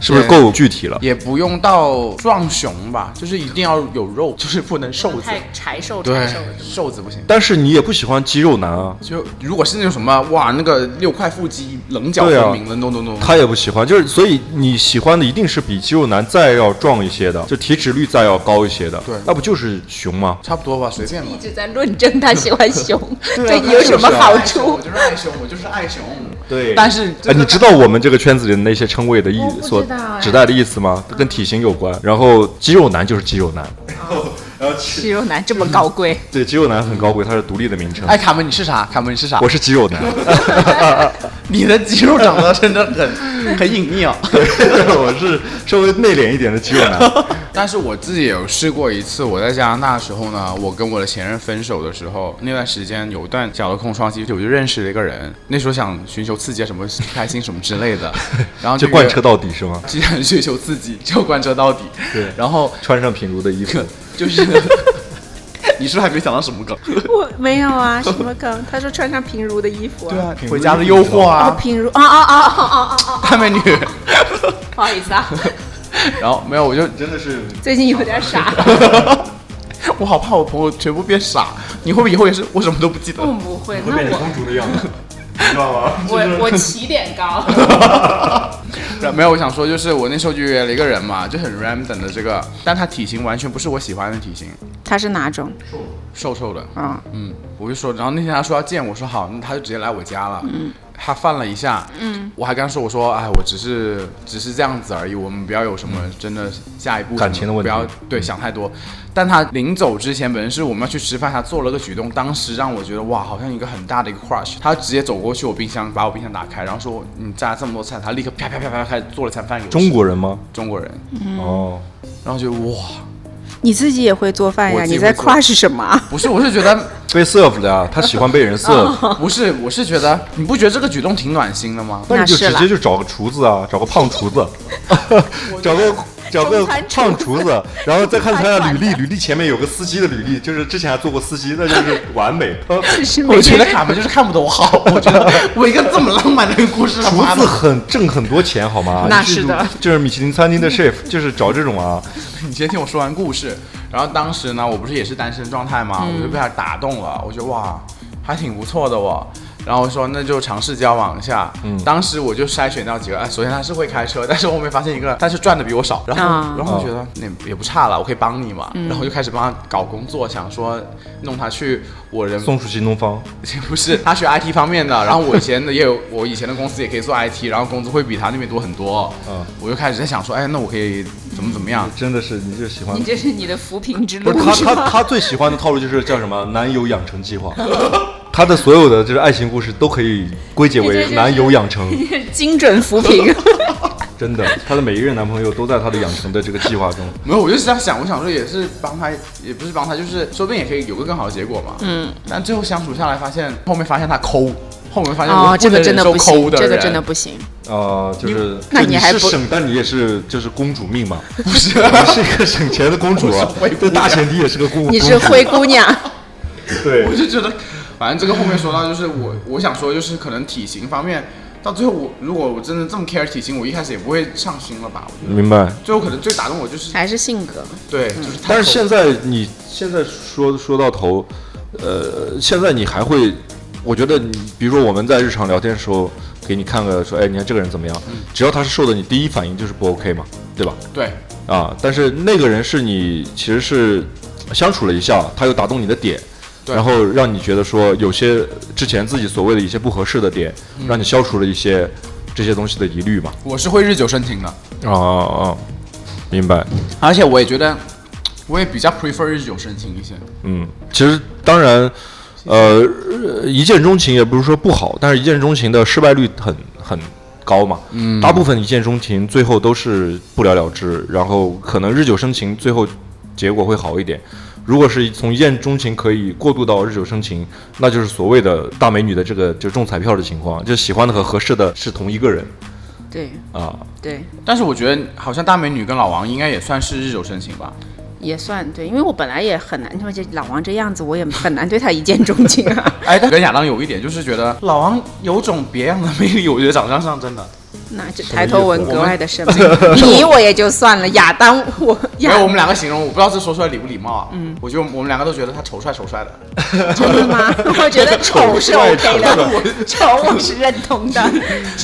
Speaker 2: 是不是
Speaker 3: 对
Speaker 2: 够具体了？
Speaker 3: 也不用到壮熊吧，就是一定要有肉，就是不能瘦子。
Speaker 1: 柴瘦
Speaker 3: 对，瘦子不行。
Speaker 2: 但是你也不喜欢肌肉男啊，
Speaker 3: 就如果是那种什么哇，那个六块腹肌、棱角
Speaker 2: 对
Speaker 3: 分
Speaker 2: 啊
Speaker 3: 明的，no no no，
Speaker 2: 他也不喜欢，就是所以你喜欢的一定是比肌肉男再要壮一些的，就体脂率再要高一些的，
Speaker 3: 对
Speaker 2: 那不就是熊吗？
Speaker 3: 差不多吧，随便吧
Speaker 1: 一。直在论证他喜欢熊，
Speaker 3: 对
Speaker 1: 对你有什么好处
Speaker 3: 我？啊 就是爱熊，我就是爱熊。
Speaker 2: 对
Speaker 3: 但是
Speaker 2: 哎，你知道我们这个圈子里的那些称谓的意
Speaker 1: 我不知道
Speaker 2: 所
Speaker 1: 哎
Speaker 2: 指代的意思吗？跟体型有关。然后肌肉男就是肌肉男，
Speaker 6: 然后
Speaker 1: 肌肉男这么高贵，
Speaker 2: 对，肌肉男很高贵，它是独立的名称。
Speaker 5: 哎，卡门你是啥？卡门你是啥？
Speaker 2: 我是肌 肉男，
Speaker 5: 你的肌肉长得真的很很隐秘哦。
Speaker 2: 我是稍微内敛一点的肌肉男。
Speaker 3: 但是我自己有试过一次，我在加拿大的时候呢，我跟我的前任分手的时候，那段时间有一段小的空窗期，我就认识了一个人。那时候想寻求刺激，什么开心什么之 类的，然后
Speaker 2: 就贯彻到底是吗？
Speaker 3: 既然追求刺激，就贯彻到底。
Speaker 2: 对
Speaker 3: 然后
Speaker 2: 穿上品如的衣服，
Speaker 3: 就是
Speaker 5: 你是不是还没想到什么 梗？
Speaker 3: 嗯
Speaker 1: 我没有啊，什么梗？他说穿上平如的衣服啊，
Speaker 5: 啊，回家的诱惑
Speaker 1: 哦，
Speaker 5: 啊，
Speaker 1: 平如，啊啊啊啊啊啊 啊！
Speaker 5: 大美女。
Speaker 1: 不好意思啊，
Speaker 3: 然后没有，我就
Speaker 6: 真的是
Speaker 1: 最近有点傻，
Speaker 5: 我好怕我朋友全部变傻。你会不会以后也是？我什么都不记得。
Speaker 1: 我不会，那我
Speaker 2: 主的样 子。
Speaker 6: 你知道吗？
Speaker 1: 我我起 点高，
Speaker 3: 然后没有，我想说就是我那时候就约了一个人嘛，就很 random 的这个，但他体型完全不是我喜欢的体型，
Speaker 1: 他是哪种
Speaker 3: 瘦瘦的，
Speaker 1: 啊？
Speaker 3: 嗯，我就说，然后那天他说要见我，说好，那他就直接来我家了。嗯，他犯了一下，嗯，我还跟他说，我说，哎，我只是只是这样子而已，我们不要有什么真的下一步
Speaker 2: 感情的问题嗯
Speaker 3: 不要对想太多。但他临走之前，本身是我们要去吃饭，他做了个举动，当时让我觉得哇，好像一个很大的一个 crush。他直接走过去我冰箱，把我冰箱打开，然后说你炸了这么多菜，他立刻啪啪啪啪啪开始做了餐饭给我吃。
Speaker 2: 中国人吗？
Speaker 3: 中国人，
Speaker 1: 嗯
Speaker 2: 哦，
Speaker 3: 然后就哇，
Speaker 1: 你自己也会做饭呀？
Speaker 3: 我自己
Speaker 1: 你
Speaker 3: 会
Speaker 1: 在
Speaker 3: 做
Speaker 1: crush 什 么啊？
Speaker 3: 不是，我是觉得。
Speaker 2: 被 serve 的啊，他喜欢被人
Speaker 1: 哦
Speaker 2: serve，
Speaker 3: 不是，我是觉得，你不觉得这个举动挺暖心的吗？
Speaker 2: 那你就
Speaker 1: 那是
Speaker 2: 直
Speaker 1: 啦
Speaker 2: 接就找个厨子啊，找个胖 厨子，找个找个
Speaker 1: 中餐厨
Speaker 2: 胖厨子，然后再看他的履
Speaker 1: 中餐
Speaker 2: 历，履历前面有个司机的履历，就是之前还做过司机，那就是完 美。
Speaker 1: 是
Speaker 5: 我
Speaker 1: 每
Speaker 5: 觉
Speaker 1: 天
Speaker 5: 得卡门就是看不懂我好，我觉得我一个这么浪漫的故事，他
Speaker 2: 厨
Speaker 5: 妈
Speaker 2: 子
Speaker 5: 的，
Speaker 2: 很挣很多钱，好吗？
Speaker 1: 那
Speaker 2: 就是
Speaker 1: 的，
Speaker 2: 就是米其林餐厅的 chef，就是找这种啊，
Speaker 3: 你先听我说完故事。然后当时呢，我不是也是单身状态嘛，我就被他打动了，我觉得哇，还挺不错的哦。然后我说那就尝试交往一下。嗯，当时我就筛选到几个，哎，首先他是会开车，但 是我后面发现一个，但是赚的比我少。然后、
Speaker 1: 啊
Speaker 3: 然后我觉得那也不差了，我可以帮你嘛。然后就开始帮他搞工作，想说弄他去我人
Speaker 2: 松鼠新东方，
Speaker 3: 不是，他学 IT 方面的，然后我以前的也有，我以前的公司也可以做 IT，然后工资会比他那边多很多。
Speaker 2: 嗯
Speaker 3: 我就开始在想说，哎，那我可以怎么怎么样？
Speaker 2: 真的是你就喜欢
Speaker 1: 你。这是你的扶贫之
Speaker 2: 不
Speaker 1: 路
Speaker 2: 是他
Speaker 1: 是
Speaker 2: 他
Speaker 1: 吧？
Speaker 2: 他最喜欢的套路就是叫什么男友养成计划，他的所有的就是爱情故事都可以归结
Speaker 1: 你这
Speaker 2: 为
Speaker 1: 就是
Speaker 2: 男友养成，
Speaker 1: 精准 扶贫，
Speaker 2: 真的，他的每一任男朋友都在他的养成的这个计划中。
Speaker 3: 没有，我就是这样想，我想说也是帮他，也不是帮他，就是说不定也可以有个更好的结果嘛。嗯。但最后相处下来，发现后面发现他抠，后面发现我
Speaker 1: 哦，这个
Speaker 3: 能
Speaker 1: 真
Speaker 3: 忍
Speaker 1: 的
Speaker 3: 受
Speaker 1: 不
Speaker 3: 抠
Speaker 1: 行，
Speaker 3: 的
Speaker 1: 这个
Speaker 3: 人
Speaker 1: 真的不行。
Speaker 2: 啊，就是
Speaker 1: 那
Speaker 2: 就
Speaker 1: 你还
Speaker 2: 是
Speaker 1: 不
Speaker 2: 省，但你也是就是公主命嘛，不是，你是一个省钱的公主啊，这大前提也是个公主。
Speaker 1: 你是灰姑娘，
Speaker 2: 对
Speaker 3: 我，就觉得，反正这个后面说到，就是我我想说，就是可能体型方面，到最后我如果我真的这么 care 体型，我一开始也不会上心了吧？我觉得
Speaker 2: 明白。
Speaker 3: 最后可能最打动我就是
Speaker 1: 还是性格？
Speaker 3: 对，就是他
Speaker 2: 但
Speaker 3: 抠
Speaker 2: 是现在你现在说说到头，呃，现在你还会，我觉得你，比如说我们在日常聊天的时候，给你看个说，哎，你看这个人怎么样？只要他是瘦的，你第一反应就是不 OK 嘛，对吧？
Speaker 3: 对。
Speaker 2: 啊，但是那个人是你其实是相处了一下，他又打动你的点，
Speaker 3: 对
Speaker 2: 然后让你觉得说有些之前自己所谓的一些不合适的点，让你消除了一些这些东西的疑虑嘛。
Speaker 3: 我是会日久生情的，
Speaker 2: 啊啊，啊明白。
Speaker 3: 而且我也觉得，我也比较 prefer 日久生情一些。
Speaker 2: 嗯，其实当然，呃，一见钟情也不是说不好，但是一见钟情的失败率很很高嘛。嗯，大部分一见钟情最后都是不了了之，然后可能日久生情，最后结果会好一点。如果是从一见钟情可以过渡到日久生情，那就是所谓的大美女的这个就中彩票的情况，就喜欢的和合适的是同一个人
Speaker 1: 对
Speaker 2: 啊。
Speaker 1: 对，
Speaker 3: 但是我觉得，好像大美女跟老王应该也算是日久生情吧。
Speaker 1: 也算对，因为我本来也很难，因为这老王这样子，我也很难对他一见钟情啊。
Speaker 3: 哎，但跟亚当有一点就是觉得老王有种别样的魅力，我觉得长相上真的。
Speaker 1: 那这抬头纹格外的深，你我也就算了，亚当 我
Speaker 3: 没
Speaker 1: 亚
Speaker 3: 有，我们两个形容，我不知道这说出来礼不礼貌啊。嗯，我觉得我们两个都觉得他丑帅丑帅的。
Speaker 1: 真的 吗？我觉得丑是 OK 的， 丑我是认同 的，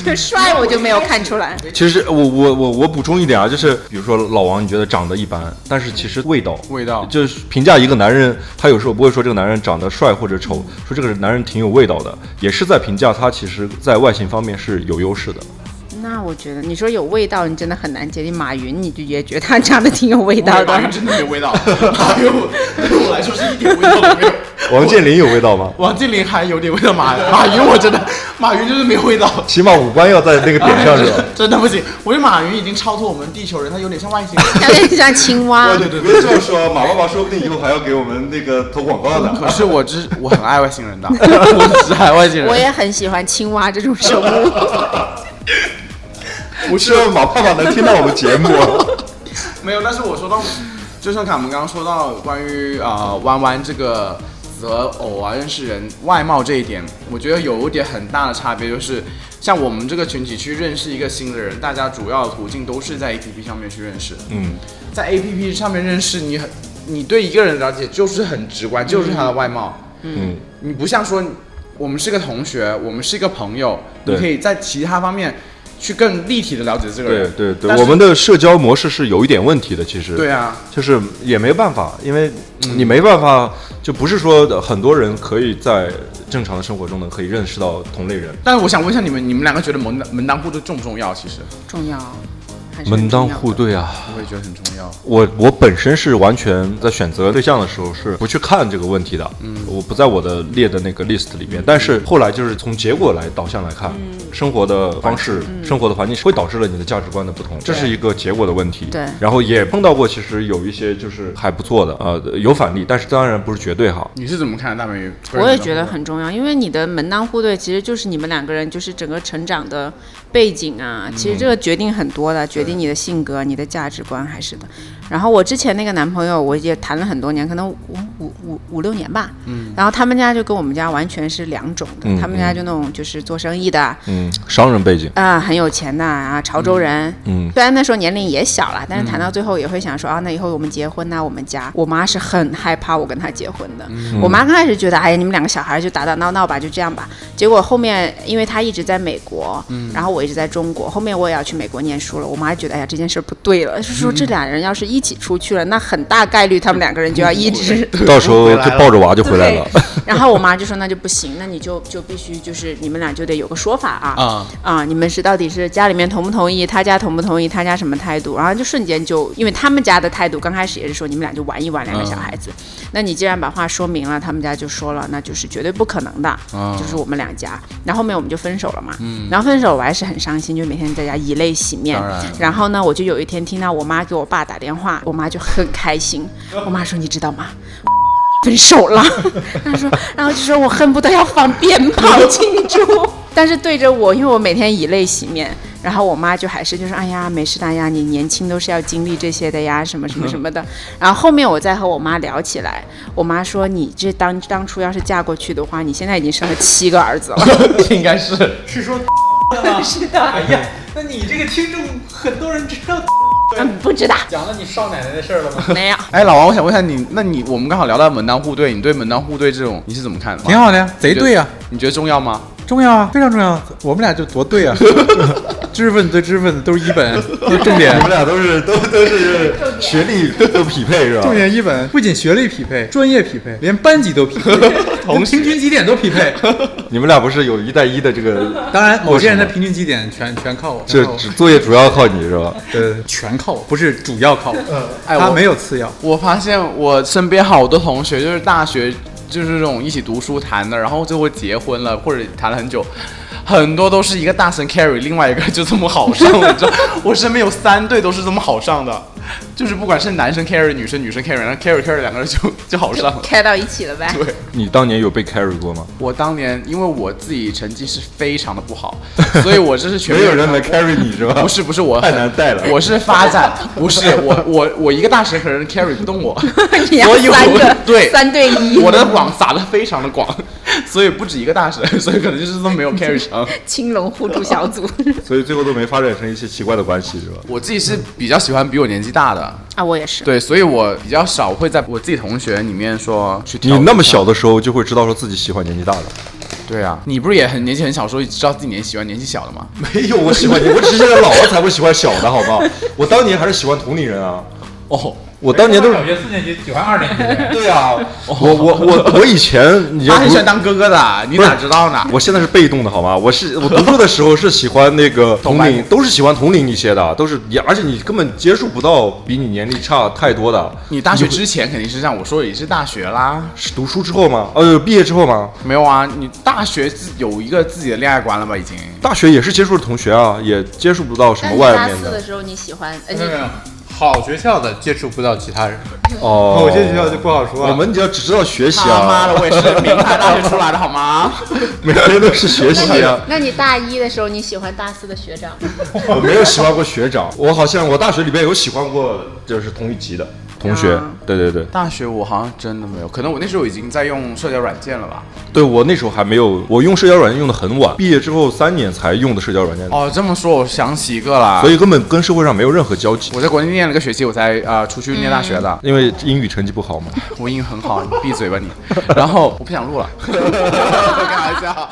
Speaker 1: 这帅我就没有看出来。
Speaker 2: 其实我我我我补充一点啊，就是比如说老王，你觉得长得一般，但是其实味道
Speaker 3: 味道
Speaker 2: 就是评价一个男人，他有时候不会说这个男人长得帅或者丑，说这个男人挺有味道的，也是在评价他其实在外形方面是有优势的。
Speaker 1: 那我觉得你说有味道，你真的很难接近马云，你就也觉得他长得挺有味 道
Speaker 3: 马云
Speaker 1: 的。
Speaker 3: 真的没有味道，马云我对我来说是一点味道都没有。
Speaker 2: 王健林有味道吗？
Speaker 3: 王健林还有点味道，马马云我真的，马云就是没有味道。
Speaker 2: 起码五官要在那个点上是吧？
Speaker 3: 真的不行，我觉得马云已经超脱我们地球人，他有点像外星人。
Speaker 1: 他有点像青 蛙，
Speaker 7: 对对，不是这么说，马爸爸说不定以后还要给我们那个投广告呢。
Speaker 3: 可是我只我很爱外星人的， 我只爱外星人。
Speaker 1: 我也很喜欢青蛙这种生 物。
Speaker 2: 我希望马爸爸能听到我们节目。啊
Speaker 3: 没有，但是我说到，就像卡门刚刚说到关于啊弯弯这个择偶啊、认识人、外貌这一点，我觉得有一点很大的差别，就是像我们这个群体去认识一个新的人，大家主要的途径都是在 APP 上面去认识。
Speaker 2: 嗯，
Speaker 3: 在 APP 上面认识你很，你对一个人的了解就是很直观，就是他的外貌。
Speaker 2: 嗯，
Speaker 3: 你不像说我们是个同学，我们是一个朋友，
Speaker 2: 对
Speaker 3: 你可以在其他方面去更立体的了解这个
Speaker 2: 对
Speaker 3: 人。
Speaker 2: 对对
Speaker 3: 但，是
Speaker 2: 我们的社交模式是有一点问题的，其实。
Speaker 3: 对啊，
Speaker 2: 就是也没办法，因为你没办法，就不是说很多人可以在正常的生活中呢可以认识到同类人。
Speaker 3: 但是我想问一下你们，你们两个觉得门当门当户对重不重要？其实
Speaker 1: 重要，还是很
Speaker 2: 门当
Speaker 1: 重要
Speaker 2: 户
Speaker 1: 的。
Speaker 2: 对啊，
Speaker 3: 我也觉得很重要。
Speaker 2: 我我本身是完全在选择对象的时候是不去看这个问题的，嗯，我不在我的列的那个 list 里面。但是后来就是从结果来导向来看，生活的方式、生活的嗯环境嗯会导致了你的价值观的不同，这是一个结果的问题。
Speaker 1: 对
Speaker 2: 然后也碰到过，其实有一些就是还不错的，呃，有返利，但是当然不是绝对好。
Speaker 3: 你是怎么看的大美鱼？
Speaker 1: 我也觉得很重要，因为你的门当户对其实就是你们两个人就是整个成长的背景啊，其实这个决定很多的，决定你的性格、你的价值观还是的。然后我之前那个男朋友，我也谈了很多年，可能五五五五六年吧。嗯。然后他们家就跟我们家完全是两种的，
Speaker 2: 嗯
Speaker 1: 他们家就那种就是做生意的，
Speaker 2: 嗯，商人背景，
Speaker 1: 啊、很有钱的啊，潮州人。
Speaker 2: 嗯
Speaker 1: 虽然那时候年龄也小了，但是谈到最后也会想说、啊，那以后我们结婚呐、我们家，我妈是很害怕我跟他结婚的。
Speaker 2: 嗯
Speaker 1: 我妈刚开始觉得，哎呀，你们两个小孩就打打闹闹吧，就这样吧。结果后面，因为他一直在美国，
Speaker 2: 嗯
Speaker 1: 然后我一直在中国，后面我也要去美国念书了，我妈觉得，哎呀，这件事儿不对了，就是说
Speaker 2: 嗯
Speaker 1: 这俩人要是一起出去了，那很大概率他们两个人就要一直。
Speaker 2: 到时候就抱着娃就回来了。
Speaker 1: 然后我妈就说那就不行，那你就就必须就是你们俩就得有个说法啊
Speaker 3: 啊
Speaker 1: 你们是到底是家里面同不同意，他家同不同意，他家什么态度？然后就瞬间就因为他们家的态度刚开始也是说你们俩就玩一玩两个小孩子，那你既然把话说明了，他们家就说了那就是绝对不可能的，就是我们两家。然后后面我们就分手了嘛，然后分手我还是很伤心，就每天在家以泪洗面。
Speaker 3: 当然
Speaker 1: 然后呢，我就有一天听到我妈给我爸打电话，我妈就很开心， 我妈说你知道吗？分手 了。他说，然后就说我恨不得要放鞭炮庆 祝，但是对着我，因为我每天以泪洗面。然后我妈就还是就说，哎呀，没事的呀，你年轻都是要经历这些的呀，什么什么什么的。然后后面我再和我妈聊起来，我妈说，你这当当初要是嫁过去的话，你现在已经生了七个儿子了。
Speaker 3: 应该是
Speaker 5: 是说 是的。哎呀，那你这个听众很多人知 道
Speaker 1: 嗯，不知道，
Speaker 5: 讲了你少奶奶的事儿了吗？
Speaker 1: 没 有。
Speaker 3: 哎，老王，我想问一下你，那你我们刚好聊到门当户对，你对门当户对这种你是怎么看的？
Speaker 5: 挺好的呀，贼对呀、
Speaker 3: 你觉得重要吗？
Speaker 5: 重要啊，非常重要。我们俩就 多对啊，知识分子对知识分子都是一本，都是重点
Speaker 7: 我。们俩都是都都 是学历都匹配是吧
Speaker 5: 重？点一本，不仅学历匹配，专业匹配，连班级都 匹配，连平均绩点都匹配。
Speaker 2: 你们俩不是有一带一的这 个，
Speaker 5: 当然，某些人的平均绩点全全靠我，
Speaker 2: 这
Speaker 5: 全靠我
Speaker 2: 只作业主要靠你是吧？
Speaker 5: 呃全靠我，不是主要靠我，
Speaker 3: 哎
Speaker 5: 他
Speaker 3: 我
Speaker 5: 没有次要。
Speaker 3: 我发现我身边好多同学就是大学就是这种一起读书谈的，然后最后结婚了或者谈了很久，很多都是一个大神 carry，另外一个就这么好上，你知道？ 我身边有三对都是这么好上的，就是不管是男生 carry 女生，女生 carry，然后 carry carry 两个人就 就好上了。
Speaker 1: 开到一起了 呗。
Speaker 2: 你当年有被 carry 过吗？
Speaker 3: 我当年因为我自己成绩是非常的不 好，所以我这是全
Speaker 2: 没有人来 carry 你是吧？
Speaker 3: 不是不是我
Speaker 2: 太难带了
Speaker 3: 我是发展，不是我我我一个大神可能 carry 不动我，
Speaker 1: 你要
Speaker 3: 所以
Speaker 1: 三
Speaker 3: 我
Speaker 1: 个，
Speaker 3: 对
Speaker 1: 三对一，
Speaker 3: 我的网撒的非常的广，所以不止一个大神，所以可能就是都 没有 carry 成。
Speaker 1: 青龙互助小 组
Speaker 2: 所以最后都没发展成一些奇怪的关系是吧？
Speaker 3: 我自己是比较喜欢比我年纪大的，
Speaker 1: 啊，我也是。
Speaker 3: 对，所以我比较少会在我自己同学里面说去挑
Speaker 2: 你那么小的时候就会知道说自己喜欢年纪大的？
Speaker 3: 对啊，你不是也很年纪很小的时候知道自己年纪喜欢年纪小的吗？
Speaker 2: 没有， 我喜欢你，我只是现在老了才会喜欢小的，好不好？我当年还是喜欢同龄人啊。
Speaker 3: 哦，
Speaker 2: 我当年都是
Speaker 5: 小学四年级喜欢二年级的人，
Speaker 2: 对啊， 我我我我以前你要
Speaker 3: 他很
Speaker 2: 不
Speaker 3: 喜欢当哥哥的，你哪知道呢？
Speaker 2: 我现在是被动的好吗？我是我读书的时候是喜欢那 个同龄，都是喜欢同龄一些的，都是也而且你根本接触不到比你年龄差太多的。
Speaker 3: 你大学之前肯定是这样，我说已经是大学啦，
Speaker 2: 是读书之后吗？呃，毕业之后吗？
Speaker 3: 没有啊，你大学自有一个自己的恋爱观了吧？已经，
Speaker 2: 大学也是接触同学啊，也接触不到什
Speaker 1: 但
Speaker 2: 么
Speaker 1: 你
Speaker 2: 外
Speaker 1: 大
Speaker 2: 面
Speaker 1: 四的
Speaker 2: 的
Speaker 1: 时候你喜欢，呃，
Speaker 5: 没有没
Speaker 1: 你
Speaker 5: 有，好学校的接触不到其他人，哦
Speaker 2: 哦。
Speaker 5: 某些学校就不好说了。啊
Speaker 2: 我们只要只知道学习
Speaker 3: 他妈
Speaker 2: 啊
Speaker 3: 的，，我也是 名牌大学出来的好吗？
Speaker 2: 每天都是学
Speaker 1: 那
Speaker 2: 习啊
Speaker 1: 你。那你大一的时候你喜欢大四的学长，
Speaker 2: 我没有喜欢过学长，我好像我大学里边有喜欢过就是同一级的同学
Speaker 1: 啊。
Speaker 2: 对对对，
Speaker 3: 大学我好像真的没有，可能我那时候已经在用社交软件了吧？
Speaker 2: 对我那时候还没有，我用社交软件用的很晚，毕业之后三年才用的社交软件。
Speaker 3: 哦，这么说我想起一个啦，
Speaker 2: 所以根本跟社会上没有任何交集。
Speaker 3: 我在国内念了个学期，我才呃出去念大学的，
Speaker 2: 因为英语成绩不好嘛，
Speaker 3: 我英语很好，你闭嘴吧你。 然后我不想录了， 开玩笑，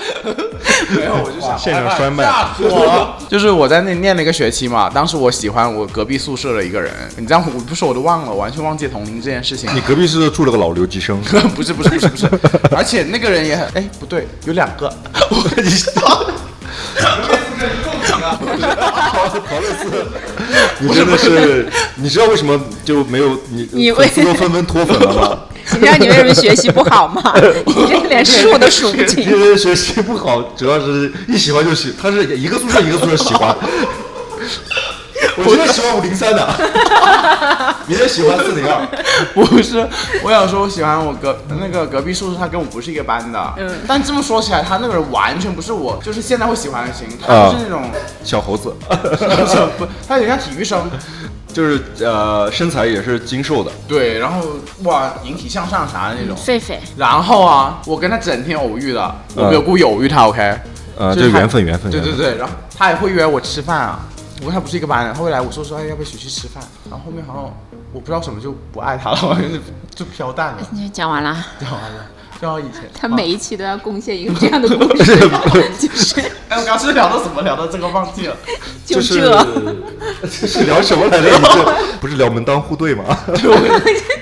Speaker 3: 没有，我就想。
Speaker 2: 现场摔麦。
Speaker 3: 我就是我在那念了一个学期嘛，当时我喜欢我隔壁宿舍的一个人，你这样我不说我都忘了，我完全忘记同龄这件事情。
Speaker 2: 你隔壁是住了个老留级生，
Speaker 3: 不是不是不是不是， 而且那个人也很哎不对，有两个，我跟你说，
Speaker 2: 你真的是，你知道为什么就没有你
Speaker 1: 你
Speaker 2: 粉
Speaker 1: 为
Speaker 2: 丝都纷纷脱粉了吗？
Speaker 1: 你知道你为什么学习不好 吗？你这连数都数不清。
Speaker 2: 因为学习不好，主要是一喜欢就喜，他是一个宿舍一个宿舍喜欢。我现在喜欢五零三的，你也喜欢四零二，
Speaker 3: 不是， 我想说我喜欢我隔那个隔壁宿舍，他跟我不是一个班的，
Speaker 1: 嗯
Speaker 3: 但这么说起来，他那个人完全不是我，就是现在会喜欢的型，他
Speaker 2: 啊
Speaker 3: 就是那种，
Speaker 2: 小猴子，
Speaker 3: 不，他有点像体育生，
Speaker 2: 就是呃身材也是精瘦的，
Speaker 3: 对，然后哇引体向上啥的那种，
Speaker 1: 狒狒，
Speaker 3: 然后啊，我跟他整天偶遇的，我
Speaker 2: 嗯
Speaker 3: 没有故意偶遇他，OK，
Speaker 2: 呃，
Speaker 3: 就
Speaker 2: 这
Speaker 3: 是他
Speaker 2: 缘分缘分。
Speaker 3: 对
Speaker 2: 缘
Speaker 3: 对
Speaker 2: 分
Speaker 3: 对，然后他也会约我吃饭啊，我跟他不是一个班的，他会来我说说，哎，要不要一起去吃饭？然后后面好像我不知道什么就不爱他了，好像就就飘淡了，
Speaker 1: 你讲完了。
Speaker 3: 知道吗？就像以前，
Speaker 1: 他每一期都要贡献一个这样的故 事，就是
Speaker 3: 哎，我刚是聊到什么？聊到这个忘记了。
Speaker 1: 就
Speaker 2: 就是
Speaker 1: 这，
Speaker 2: 这是聊什么来着？你这不是聊门当户对吗？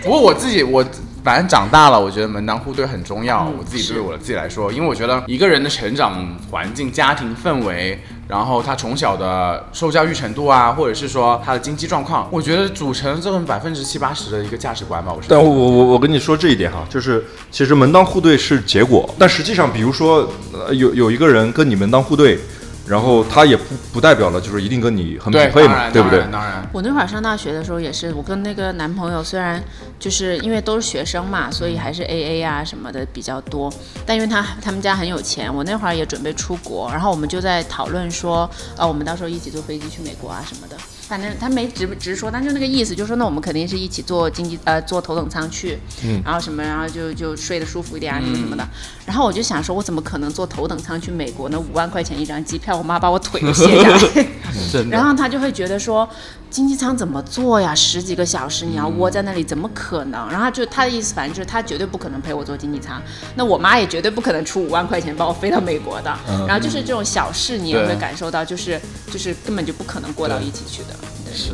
Speaker 3: 不过我自己我。反正长大了，我觉得门当户对很重要。我自己对我自己来说，因为我觉得一个人的成长环境、家庭氛围，然后他从小的受教育程度啊，或者是说他的经济状况，我觉得组成了这种百分之七八十的一个价值观吧。我是
Speaker 2: 但我我我跟你说这一点哈，就是其实门当户对是结果，但实际上，比如说、呃、有有一个人跟你门当户对，然后他也不不代表了就是一定跟你很匹
Speaker 3: 对，
Speaker 2: 配
Speaker 3: 当
Speaker 2: 嘛，
Speaker 3: 然
Speaker 2: 对不对
Speaker 3: 当？然当然，
Speaker 1: 我那会儿上大学的时候也是，我跟那个男朋友虽然就是因为都是学生嘛，所以还是 A A 啊什么的比较多，但因为他他们家很有钱，我那会儿也准备出国，然后我们就在讨论说，呃，我们到时候一起坐飞机去美国啊什么的。反正他没直直说，但就那个意思，就说那我们肯定是一起坐经济呃坐头等舱去，然后什么，然后就就睡得舒服一点啊什么什么的。然后我就想说，我怎么可能坐头等舱去美国呢？五万块钱一张机票，我妈把我腿都卸下来。然后他就会觉得说，经济舱怎么坐呀？十几个小时你要窝在那里，怎么可能？然后他就他的意思，反正就是他绝对不可能陪我坐经济舱，那我妈也绝对不可能出五万块钱把我飞到美国的。然后就是这种小事，你也会
Speaker 3: 对
Speaker 1: 感受到，就是就是根本就不可能过到一起去的。对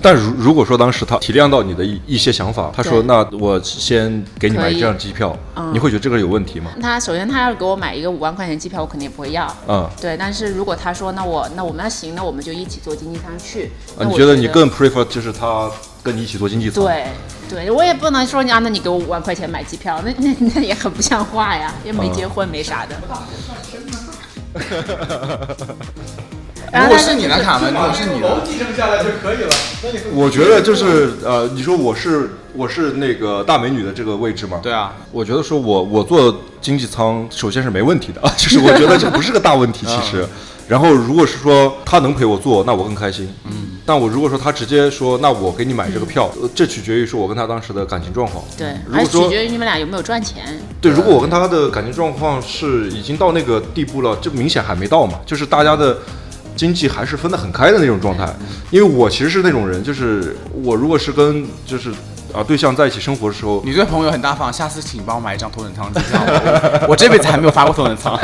Speaker 2: 但如如果说当时他体谅到你的一一些想法，他说
Speaker 1: 对
Speaker 2: 那我先给你买
Speaker 1: 可以
Speaker 2: 一张机票，
Speaker 1: 嗯
Speaker 2: 你会觉得这个有问题吗？
Speaker 1: 他首先他要给我买一个五万块钱机票，我肯定也不会要。
Speaker 2: 嗯
Speaker 1: 对，但是如果他说那我那我们那行，那我们就一起坐经济舱去。
Speaker 2: 啊，
Speaker 1: 那
Speaker 2: 你
Speaker 1: 我
Speaker 2: 觉得你更 prefer 就是他跟你一起坐经济舱？
Speaker 1: 对，对我也不能说你啊，那你给我五万块钱买机票，那那那也很不像话呀，又没结婚，没啥的。
Speaker 3: 如果
Speaker 1: 然后但
Speaker 3: 是你呢，卡门？如果是你呢？
Speaker 5: 提升下来就可以了。
Speaker 2: 我觉得就是呃，你说我是我是那个大美女的这个位置吗？
Speaker 3: 对啊，
Speaker 2: 我觉得说我我坐经济舱，首先是没问题的， 就是我觉得这不是个大问
Speaker 1: 啊
Speaker 2: 题，其实。然后如果是说他能陪我坐，那我更开心。嗯，但我如果说他直接说，那我给你买这个票，呃这取决于说我跟他当时的感情状况。
Speaker 1: 嗯对，
Speaker 2: 如
Speaker 1: 而
Speaker 2: 果
Speaker 1: 且取
Speaker 2: 说
Speaker 1: 决于你们俩有没有赚钱。
Speaker 2: 对，如果我跟他的感情状况是已经到那个地步了，就明显还没到嘛，就是大家的经济还是分得很开的那种状态。
Speaker 1: 嗯
Speaker 2: 因为我其实是那种人，就是我如果是跟就是啊对象在一起生活的时候，
Speaker 3: 你对朋友很大方，下次请帮我买一张头等舱机票。我这辈子还没有发过头等舱。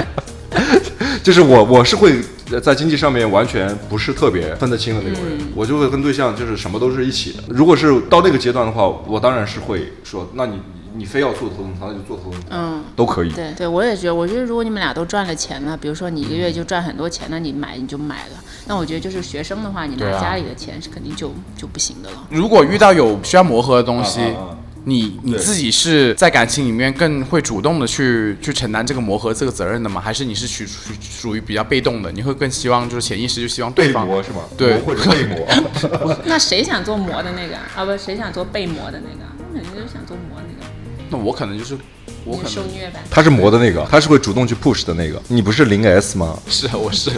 Speaker 2: 就是我我是会呃在经济上面完全不是特别分得清的那种人，我就会跟对象就是什么都是一起的。如果是到那个阶段的话，我当然是会说，那你你非要做头等舱，那就做头等舱，
Speaker 1: 嗯，
Speaker 2: 都可以。
Speaker 1: 对对，我也觉得，我觉得如果你们俩都赚了钱了，比如说你一个月就赚很多钱，那你买你就买了。那我觉得就是学生的话，你拿
Speaker 3: 对啊
Speaker 1: 家里的钱是肯定就就不行的了。
Speaker 3: 如果遇到有需要磨合的东西，
Speaker 2: 啊啊啊
Speaker 3: 你你
Speaker 2: 对
Speaker 3: 自己是在感情里面更会主动的去去承担这个磨合这个责任的吗？还是你是属属属于比较被动的？你会更希望就是潜意识就希望对
Speaker 2: 被
Speaker 3: 方
Speaker 2: 磨是吗？
Speaker 3: 对
Speaker 2: 磨或者被磨。
Speaker 1: 那谁想做磨的那个啊？不，谁想做被磨的那个？我肯定就是想做磨那个，
Speaker 3: 那我可能就是我
Speaker 1: 你
Speaker 3: 可
Speaker 1: 就受
Speaker 3: 能
Speaker 1: 虐呗。
Speaker 2: 他是磨的那个，他是会主动去 push 的那个。你不是零 S 吗？
Speaker 3: 是我是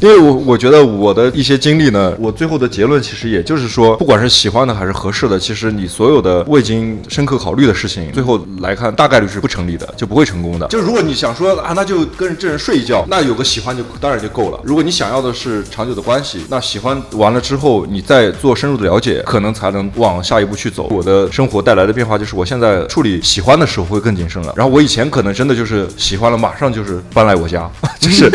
Speaker 2: 因为我我觉得我的一些经历呢，我最后的结论其实也就是说，不管是喜欢的还是合适的，其实你所有的未经深刻考虑的事情，最后来看大概率是不成立的，就不会成功的。就如果你想说啊，那就跟这人睡一觉，那有个喜欢就当然就够了。如果你想要的是长久的关系，那喜欢完了之后，你再做深入的了解，可能才能往下一步去走。我的生活带来的变化就是，我现在处理喜欢的时候会更谨慎了。然后我以前可能真的就是喜欢了，马上就是搬来我家， 就是。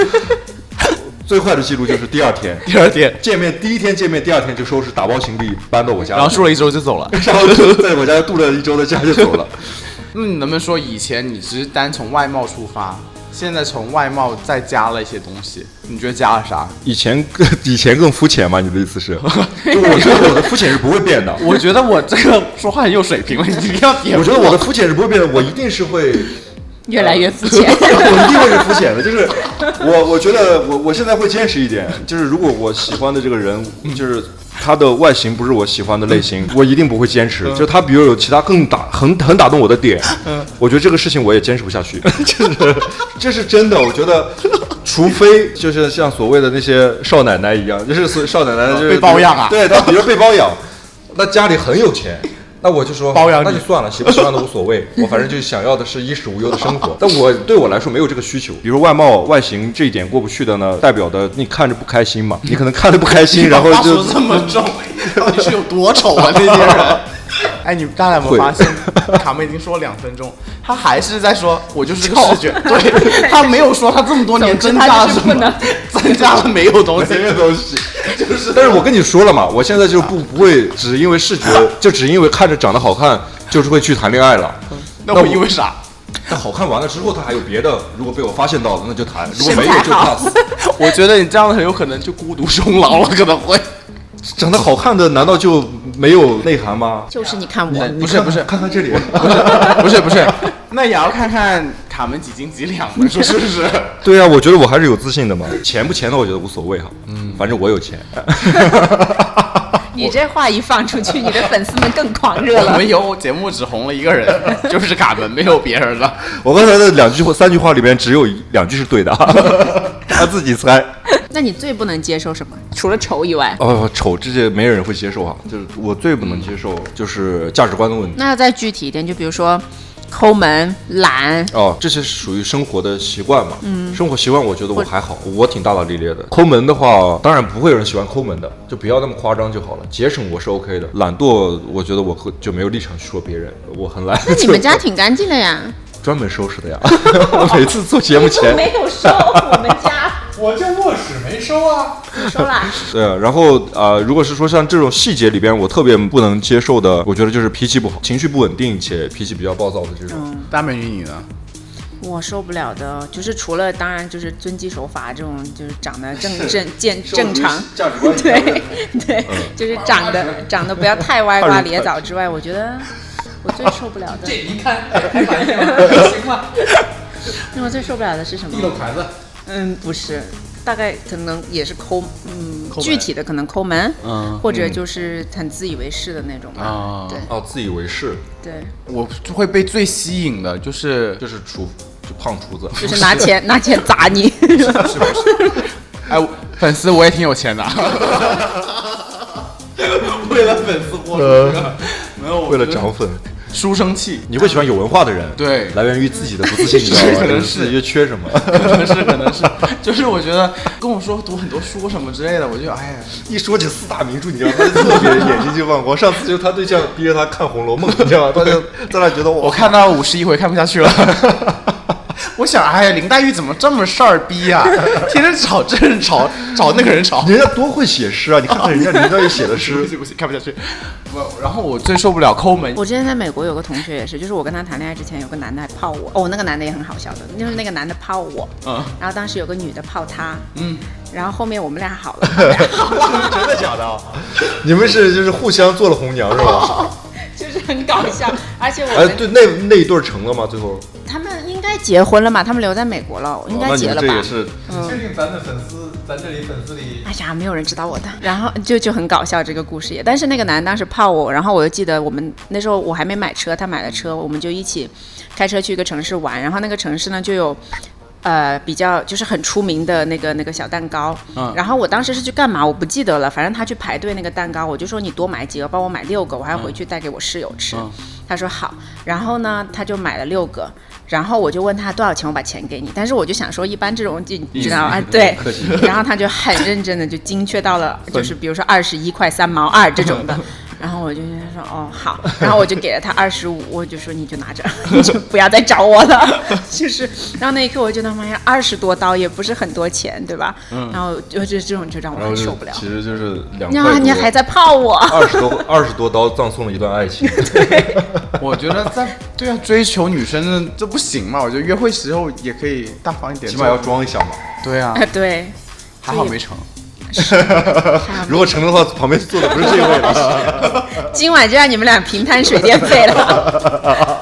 Speaker 2: 最快的记录就是第二天，
Speaker 3: 第二天，
Speaker 2: 见面第一天见面，第二天就收拾打包行李搬到我家，
Speaker 3: 然后住了一周就 走了。
Speaker 2: 然后就在我家度了一周的假就走了。
Speaker 3: 那你能不能说以前你只是单从外貌出发，现在从外貌再加了一些东西？你觉得加了啥？
Speaker 2: 以前以前更肤浅嘛？你的意思是？就我觉得我的肤浅是不会变的，
Speaker 3: 我觉得我这个说话很有水平了，你不要点
Speaker 2: 我觉得我的肤浅是不会变的，我一定是会。
Speaker 1: 越来越肤浅
Speaker 3: 呃
Speaker 2: 我一定会是肤浅的，就是我我觉得我我现在会坚持一点，就是如果我喜欢的这个人就是。他的外形不是我喜欢的类型，我一定不会坚持。
Speaker 3: 嗯
Speaker 2: 就他，比如有其他更打很很打动我的点，我觉得这个事情我也坚持不 下去。就是这是真的，我觉得，除非就是像所谓的那些少奶奶一样，就是所少奶奶就是
Speaker 3: 被包养啊
Speaker 2: 对他，她比如被包养，那家里很有钱，那我就说
Speaker 3: 包养你
Speaker 2: 那就算了，喜不喜欢都无所谓，我反正就想要的是衣食无忧的生活。但我对我来说没有这个需求，比如外貌、外形这一点过不去的呢，代表的你看着不开心嘛，你可能看着不 开心，然后
Speaker 3: 话
Speaker 2: 就
Speaker 3: 说这么 重，到底是有多丑啊？那些 人。哎，你大家有没有发现，卡门已经说了两分钟，他还是在说“我就是个视觉”， 对他没有说他这么多年增加了什么，增加了没有东西。
Speaker 2: 东西。就是， 但是我跟你说了嘛，我现在就不不会只因为视觉，就只因为看着长得好看，就是会去谈恋爱了。
Speaker 3: 那我因为啥？
Speaker 2: 但好看完了之后，他还有别的，如果被我发现到了，那就谈；如果没有就 pass。
Speaker 3: 我觉得你这样很有可能就孤独终老了，可能 会。
Speaker 2: 长得好看的难道就没有内涵吗？
Speaker 1: 就是你看我，
Speaker 3: 哎不是不是
Speaker 2: 看看这里，
Speaker 3: 不是不是， 那也要看看卡门几斤几两的，说是不是？
Speaker 2: 对啊，我觉得我还是有自信的嘛。 钱不钱的，我觉得无所谓哈。嗯，反正我有钱。
Speaker 1: 你这话一放出去，你的粉丝们更狂 热
Speaker 3: 我
Speaker 1: 了。
Speaker 3: 们有节目只红了一个人， 就是卡门，没有别人了。
Speaker 2: 我刚才的两句话、三句话里边只有一两句是对的，啊 他自己猜。
Speaker 1: 那你最不能接受什么？除了丑以外，
Speaker 2: 哦，丑这些没有人会接受哈、嗯就是我最不能接受就是价值观的问题。
Speaker 1: 那要再具体一点，就比如说抠门、懒，
Speaker 2: 哦，这些是属于生活的习惯嘛？嗯，生活习惯我觉得我还好，我挺大大咧咧的。抠门的话，当然不会有人喜欢抠门的，就不要那么夸张就好了。节省我是 OK 的，懒惰我觉得我会就没有立场去说别人，我很懒。
Speaker 1: 那你 们家挺干净的呀？
Speaker 2: 专门收拾 的呀，我每次做节目前，
Speaker 1: 有收，我们 家
Speaker 5: 我这卧室没收啊，
Speaker 1: 收啦。
Speaker 2: 对，然后呃，如果是说像这种细节里边，我特别不能接受的，我觉得就是脾气不好、情绪不稳定且脾气比较暴躁的这种。
Speaker 3: 大美女，你呢？
Speaker 1: 我受不了的就是除了当然就是遵纪守法这种，就是长得正正健正常，
Speaker 2: 价值 观
Speaker 1: 对对，
Speaker 2: 嗯
Speaker 1: 就是长得长得不要太歪瓜裂枣之外，我觉得我最受不 了的，
Speaker 5: 一看开 玩笑，行吧？
Speaker 1: 那我最受不了的是什么
Speaker 5: 递？了牌子，
Speaker 1: 嗯，不是，大概可能也是抠，嗯，
Speaker 5: 抠门
Speaker 1: 具体的可能抠门，
Speaker 3: 嗯
Speaker 1: 或者就是很自以为是的那种吧
Speaker 3: 啊，
Speaker 1: 对
Speaker 2: 哦，自以为是，
Speaker 1: 对，
Speaker 3: 我会被最吸引的就是
Speaker 2: 就是厨就胖厨子，
Speaker 1: 就是拿钱 拿钱砸你，
Speaker 3: 哎，我粉丝我也挺有钱的， 为了粉丝豁出去了，没有
Speaker 2: 呃为了涨粉，
Speaker 3: 书生气，
Speaker 2: 你会喜欢有文化的人，
Speaker 3: 对
Speaker 2: 来源于自己的不自信，你知道吗？
Speaker 3: 可能
Speaker 2: 就是自己缺什么。
Speaker 3: 可能是可能是， 就是我觉得跟我说读很多书什么之类的，我就哎呀，
Speaker 2: 一说起四大名著，你知道吗？他特别眼睛就放光。上次就他对象逼着他看《红楼梦》，你知道吗？他就在那觉得我
Speaker 3: 我看到五十一回看不下去了。 我想，哎呀，林黛玉怎么这么事儿逼啊？ 天天吵这人吵，吵那个人吵。
Speaker 8: 人家多会写诗啊！你看看人家林黛玉写的
Speaker 3: 不
Speaker 8: 诗，
Speaker 3: 行不行，看不下去。我然后我最受不了抠门，
Speaker 1: 我之前在美国有个同学也是，就是我跟他谈恋爱之前，有个男的还泡我，哦，那个男的也很好笑的，就是那个男的泡我，
Speaker 3: 嗯
Speaker 1: 然后当时有个女的泡他，嗯，然后后面我们俩好了， 他们俩好了，
Speaker 8: 真的假的？你们是就是互相做了红娘是吧？
Speaker 1: 就是很搞笑，而且我
Speaker 8: 哎，
Speaker 1: 们
Speaker 8: 对，那那一对儿成了吗？最后？
Speaker 1: 他们应该结婚了嘛，他们留在美国了，应
Speaker 8: 哦
Speaker 1: 该
Speaker 8: 那你
Speaker 1: 结
Speaker 8: 们
Speaker 1: 了
Speaker 8: 这
Speaker 1: 吧嗯
Speaker 8: 也？是
Speaker 5: 确定咱的粉丝，咱这里粉丝里
Speaker 1: 哎呀，没有人知道我的，然后就就很搞笑这个故事也。但是那个男的当时泡我，然后我就记得我们那时候我还没买车，他买了车，我们就一起开车去一个城市玩。然后那个城市呢就有，呃，比较就是很出名的那个那个小蛋糕。
Speaker 3: 嗯
Speaker 1: 然后我当时是去干嘛我不记得了，反正他去排队那个蛋糕，我就说你多买几个，帮我买六个，我还要回去带给我室友吃。
Speaker 3: 嗯
Speaker 1: 他说好，然后呢他就买了六个。然后我就问他多少钱，我把钱给你。但是我就想说，一般这种就你知道啊，对， 然后他就很认真的就精确到了，就是比如说二十一块三毛二这 种的。然后我就跟他说哦好，然后我就给了他二十五，我就说你就拿着，你就不要再找我 了。就是，然后那一刻我就觉得妈呀，二十多刀也不是很多钱，对吧？然后就就这种就让我
Speaker 8: 然后
Speaker 1: 很
Speaker 8: 就
Speaker 1: 受不了。
Speaker 8: 其实就是两块
Speaker 1: 呀，
Speaker 8: 多，
Speaker 1: 你还在泡我？
Speaker 8: 二十多二十多刀葬送了一段爱 情，
Speaker 3: 我觉得在对啊追求女生这不行嘛。我觉得约会时候也可以大方一点，
Speaker 8: 起码要。装一下嘛。
Speaker 3: 对啊，
Speaker 1: 对，
Speaker 3: 还好没成。
Speaker 8: 如果成的话，旁边坐的不是这位 了。
Speaker 1: 今晚就让你们俩平摊水电费了。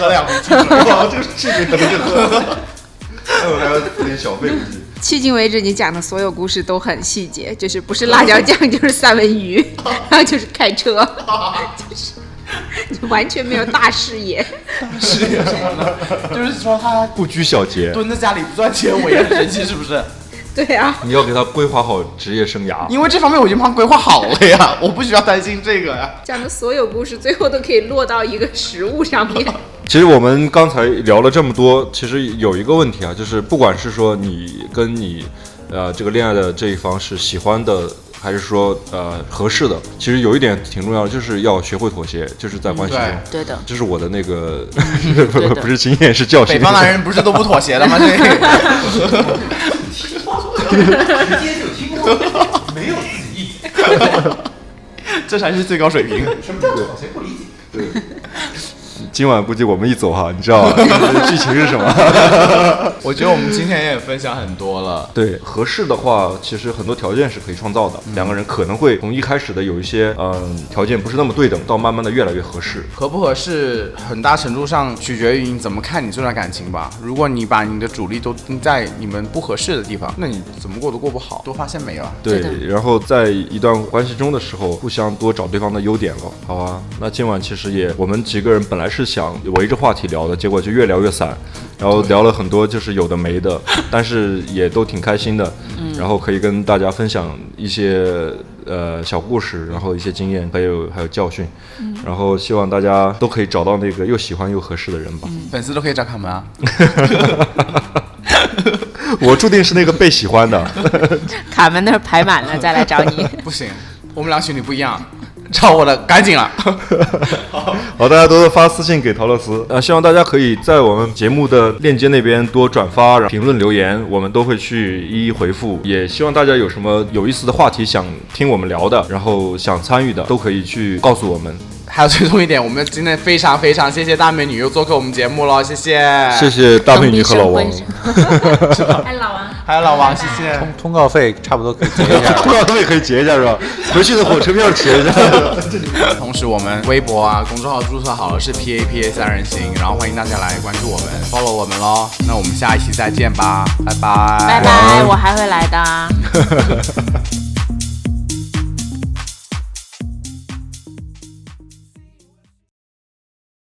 Speaker 8: 哇，这个这个可能就 喝，还有还要付点小费估计。
Speaker 1: 迄今为止，你讲的所有故事都很细节，就是不是辣椒酱就是三文鱼，然后就是开车，就是就完全没有大视野。
Speaker 3: 是什么呢？ 就是说他
Speaker 2: 不拘小节，
Speaker 3: 蹲在家里不赚钱，我 也很生气，是不是？
Speaker 1: 对啊，
Speaker 2: 你要给他规划好职业生涯。
Speaker 3: 因为这方面我已经帮他规划好了 呀，我不需要担心这个呀。
Speaker 1: 讲的所有故事最后都可以落到一个食物上面。
Speaker 2: 其实我们刚才聊了这么多，其实有一个问题啊，就是不管是说你跟你呃这个恋爱的这一方是喜欢的，还是说呃合适的，其实有一点挺重要的，就是要学会妥协，就是在关系中。
Speaker 3: 对
Speaker 1: 嗯对的，嗯
Speaker 2: 这是我的那个，
Speaker 1: 对的
Speaker 2: 不是经验，是教训。
Speaker 3: 北方男人不是都不妥协的吗？这 个
Speaker 5: 接就听过，没有自己意见，
Speaker 3: 这才是最高水平。
Speaker 5: 什么叫妥协不理解？
Speaker 2: 今晚估计我们一走哈，你知 道吧剧情是什么？
Speaker 3: 我觉得我们今天也分享很多了。
Speaker 2: 对，合适的话，其实很多条件是可以创造的。两个人可能会从一开始的有一些嗯、条件不是那么对等，到慢慢的越来越合适。
Speaker 3: 合不合适，很大程度上取决于你怎么看你这段感情吧。如果你把你的主力都盯在你们不合适的地方，那你怎么过都过不好。多发现啊美吧。
Speaker 2: 对
Speaker 1: 对的，
Speaker 2: 然后在一段关系中的时候，互相多找对方的优点了，好吧？那今晚其实也，我们几个人本来是想围着话题聊的，结果就越聊越散，然后聊了很多就是有的没的，但是也都挺开心的，然后可以跟大家分享一些呃小故事，然后一些经验，还有还有教训，然后希望大家都可以找到那个又喜欢又合适的人吧。
Speaker 3: 粉丝都可以找卡门啊。
Speaker 2: 我注定是那个被喜欢的，
Speaker 1: 卡门那儿排满了，再来找你。
Speaker 3: 不行，我们俩情侣不一样，找我的赶紧啊了。
Speaker 2: 好，大家多多发私信给陶乐斯，呃，希望大家可以在我们节目的链接那边多转发、然后评论、留言，我们都会去一一回复。也希望大家有什么有意思的话题想听我们聊的，然后想参与的，都可以去告诉我们。
Speaker 3: 还有最重一点，我们今天非常非常谢谢大美女又做客我们节目了，谢谢，
Speaker 5: 哎
Speaker 2: 谢，谢大美女和老王
Speaker 1: 等，你哎，老王，
Speaker 3: 还有老王，谢谢。
Speaker 5: 通通告费差不多可以结 一下。
Speaker 2: 通告费可以结一下是吧？回去的火车票结一下。
Speaker 3: 同时，我们微博啊、公众号注册好了是 P A P A 三人行，然后欢迎大家来关注我们，follow 我们喽。那我们下一期再见吧，拜拜，
Speaker 1: 拜拜，我还会来的啊。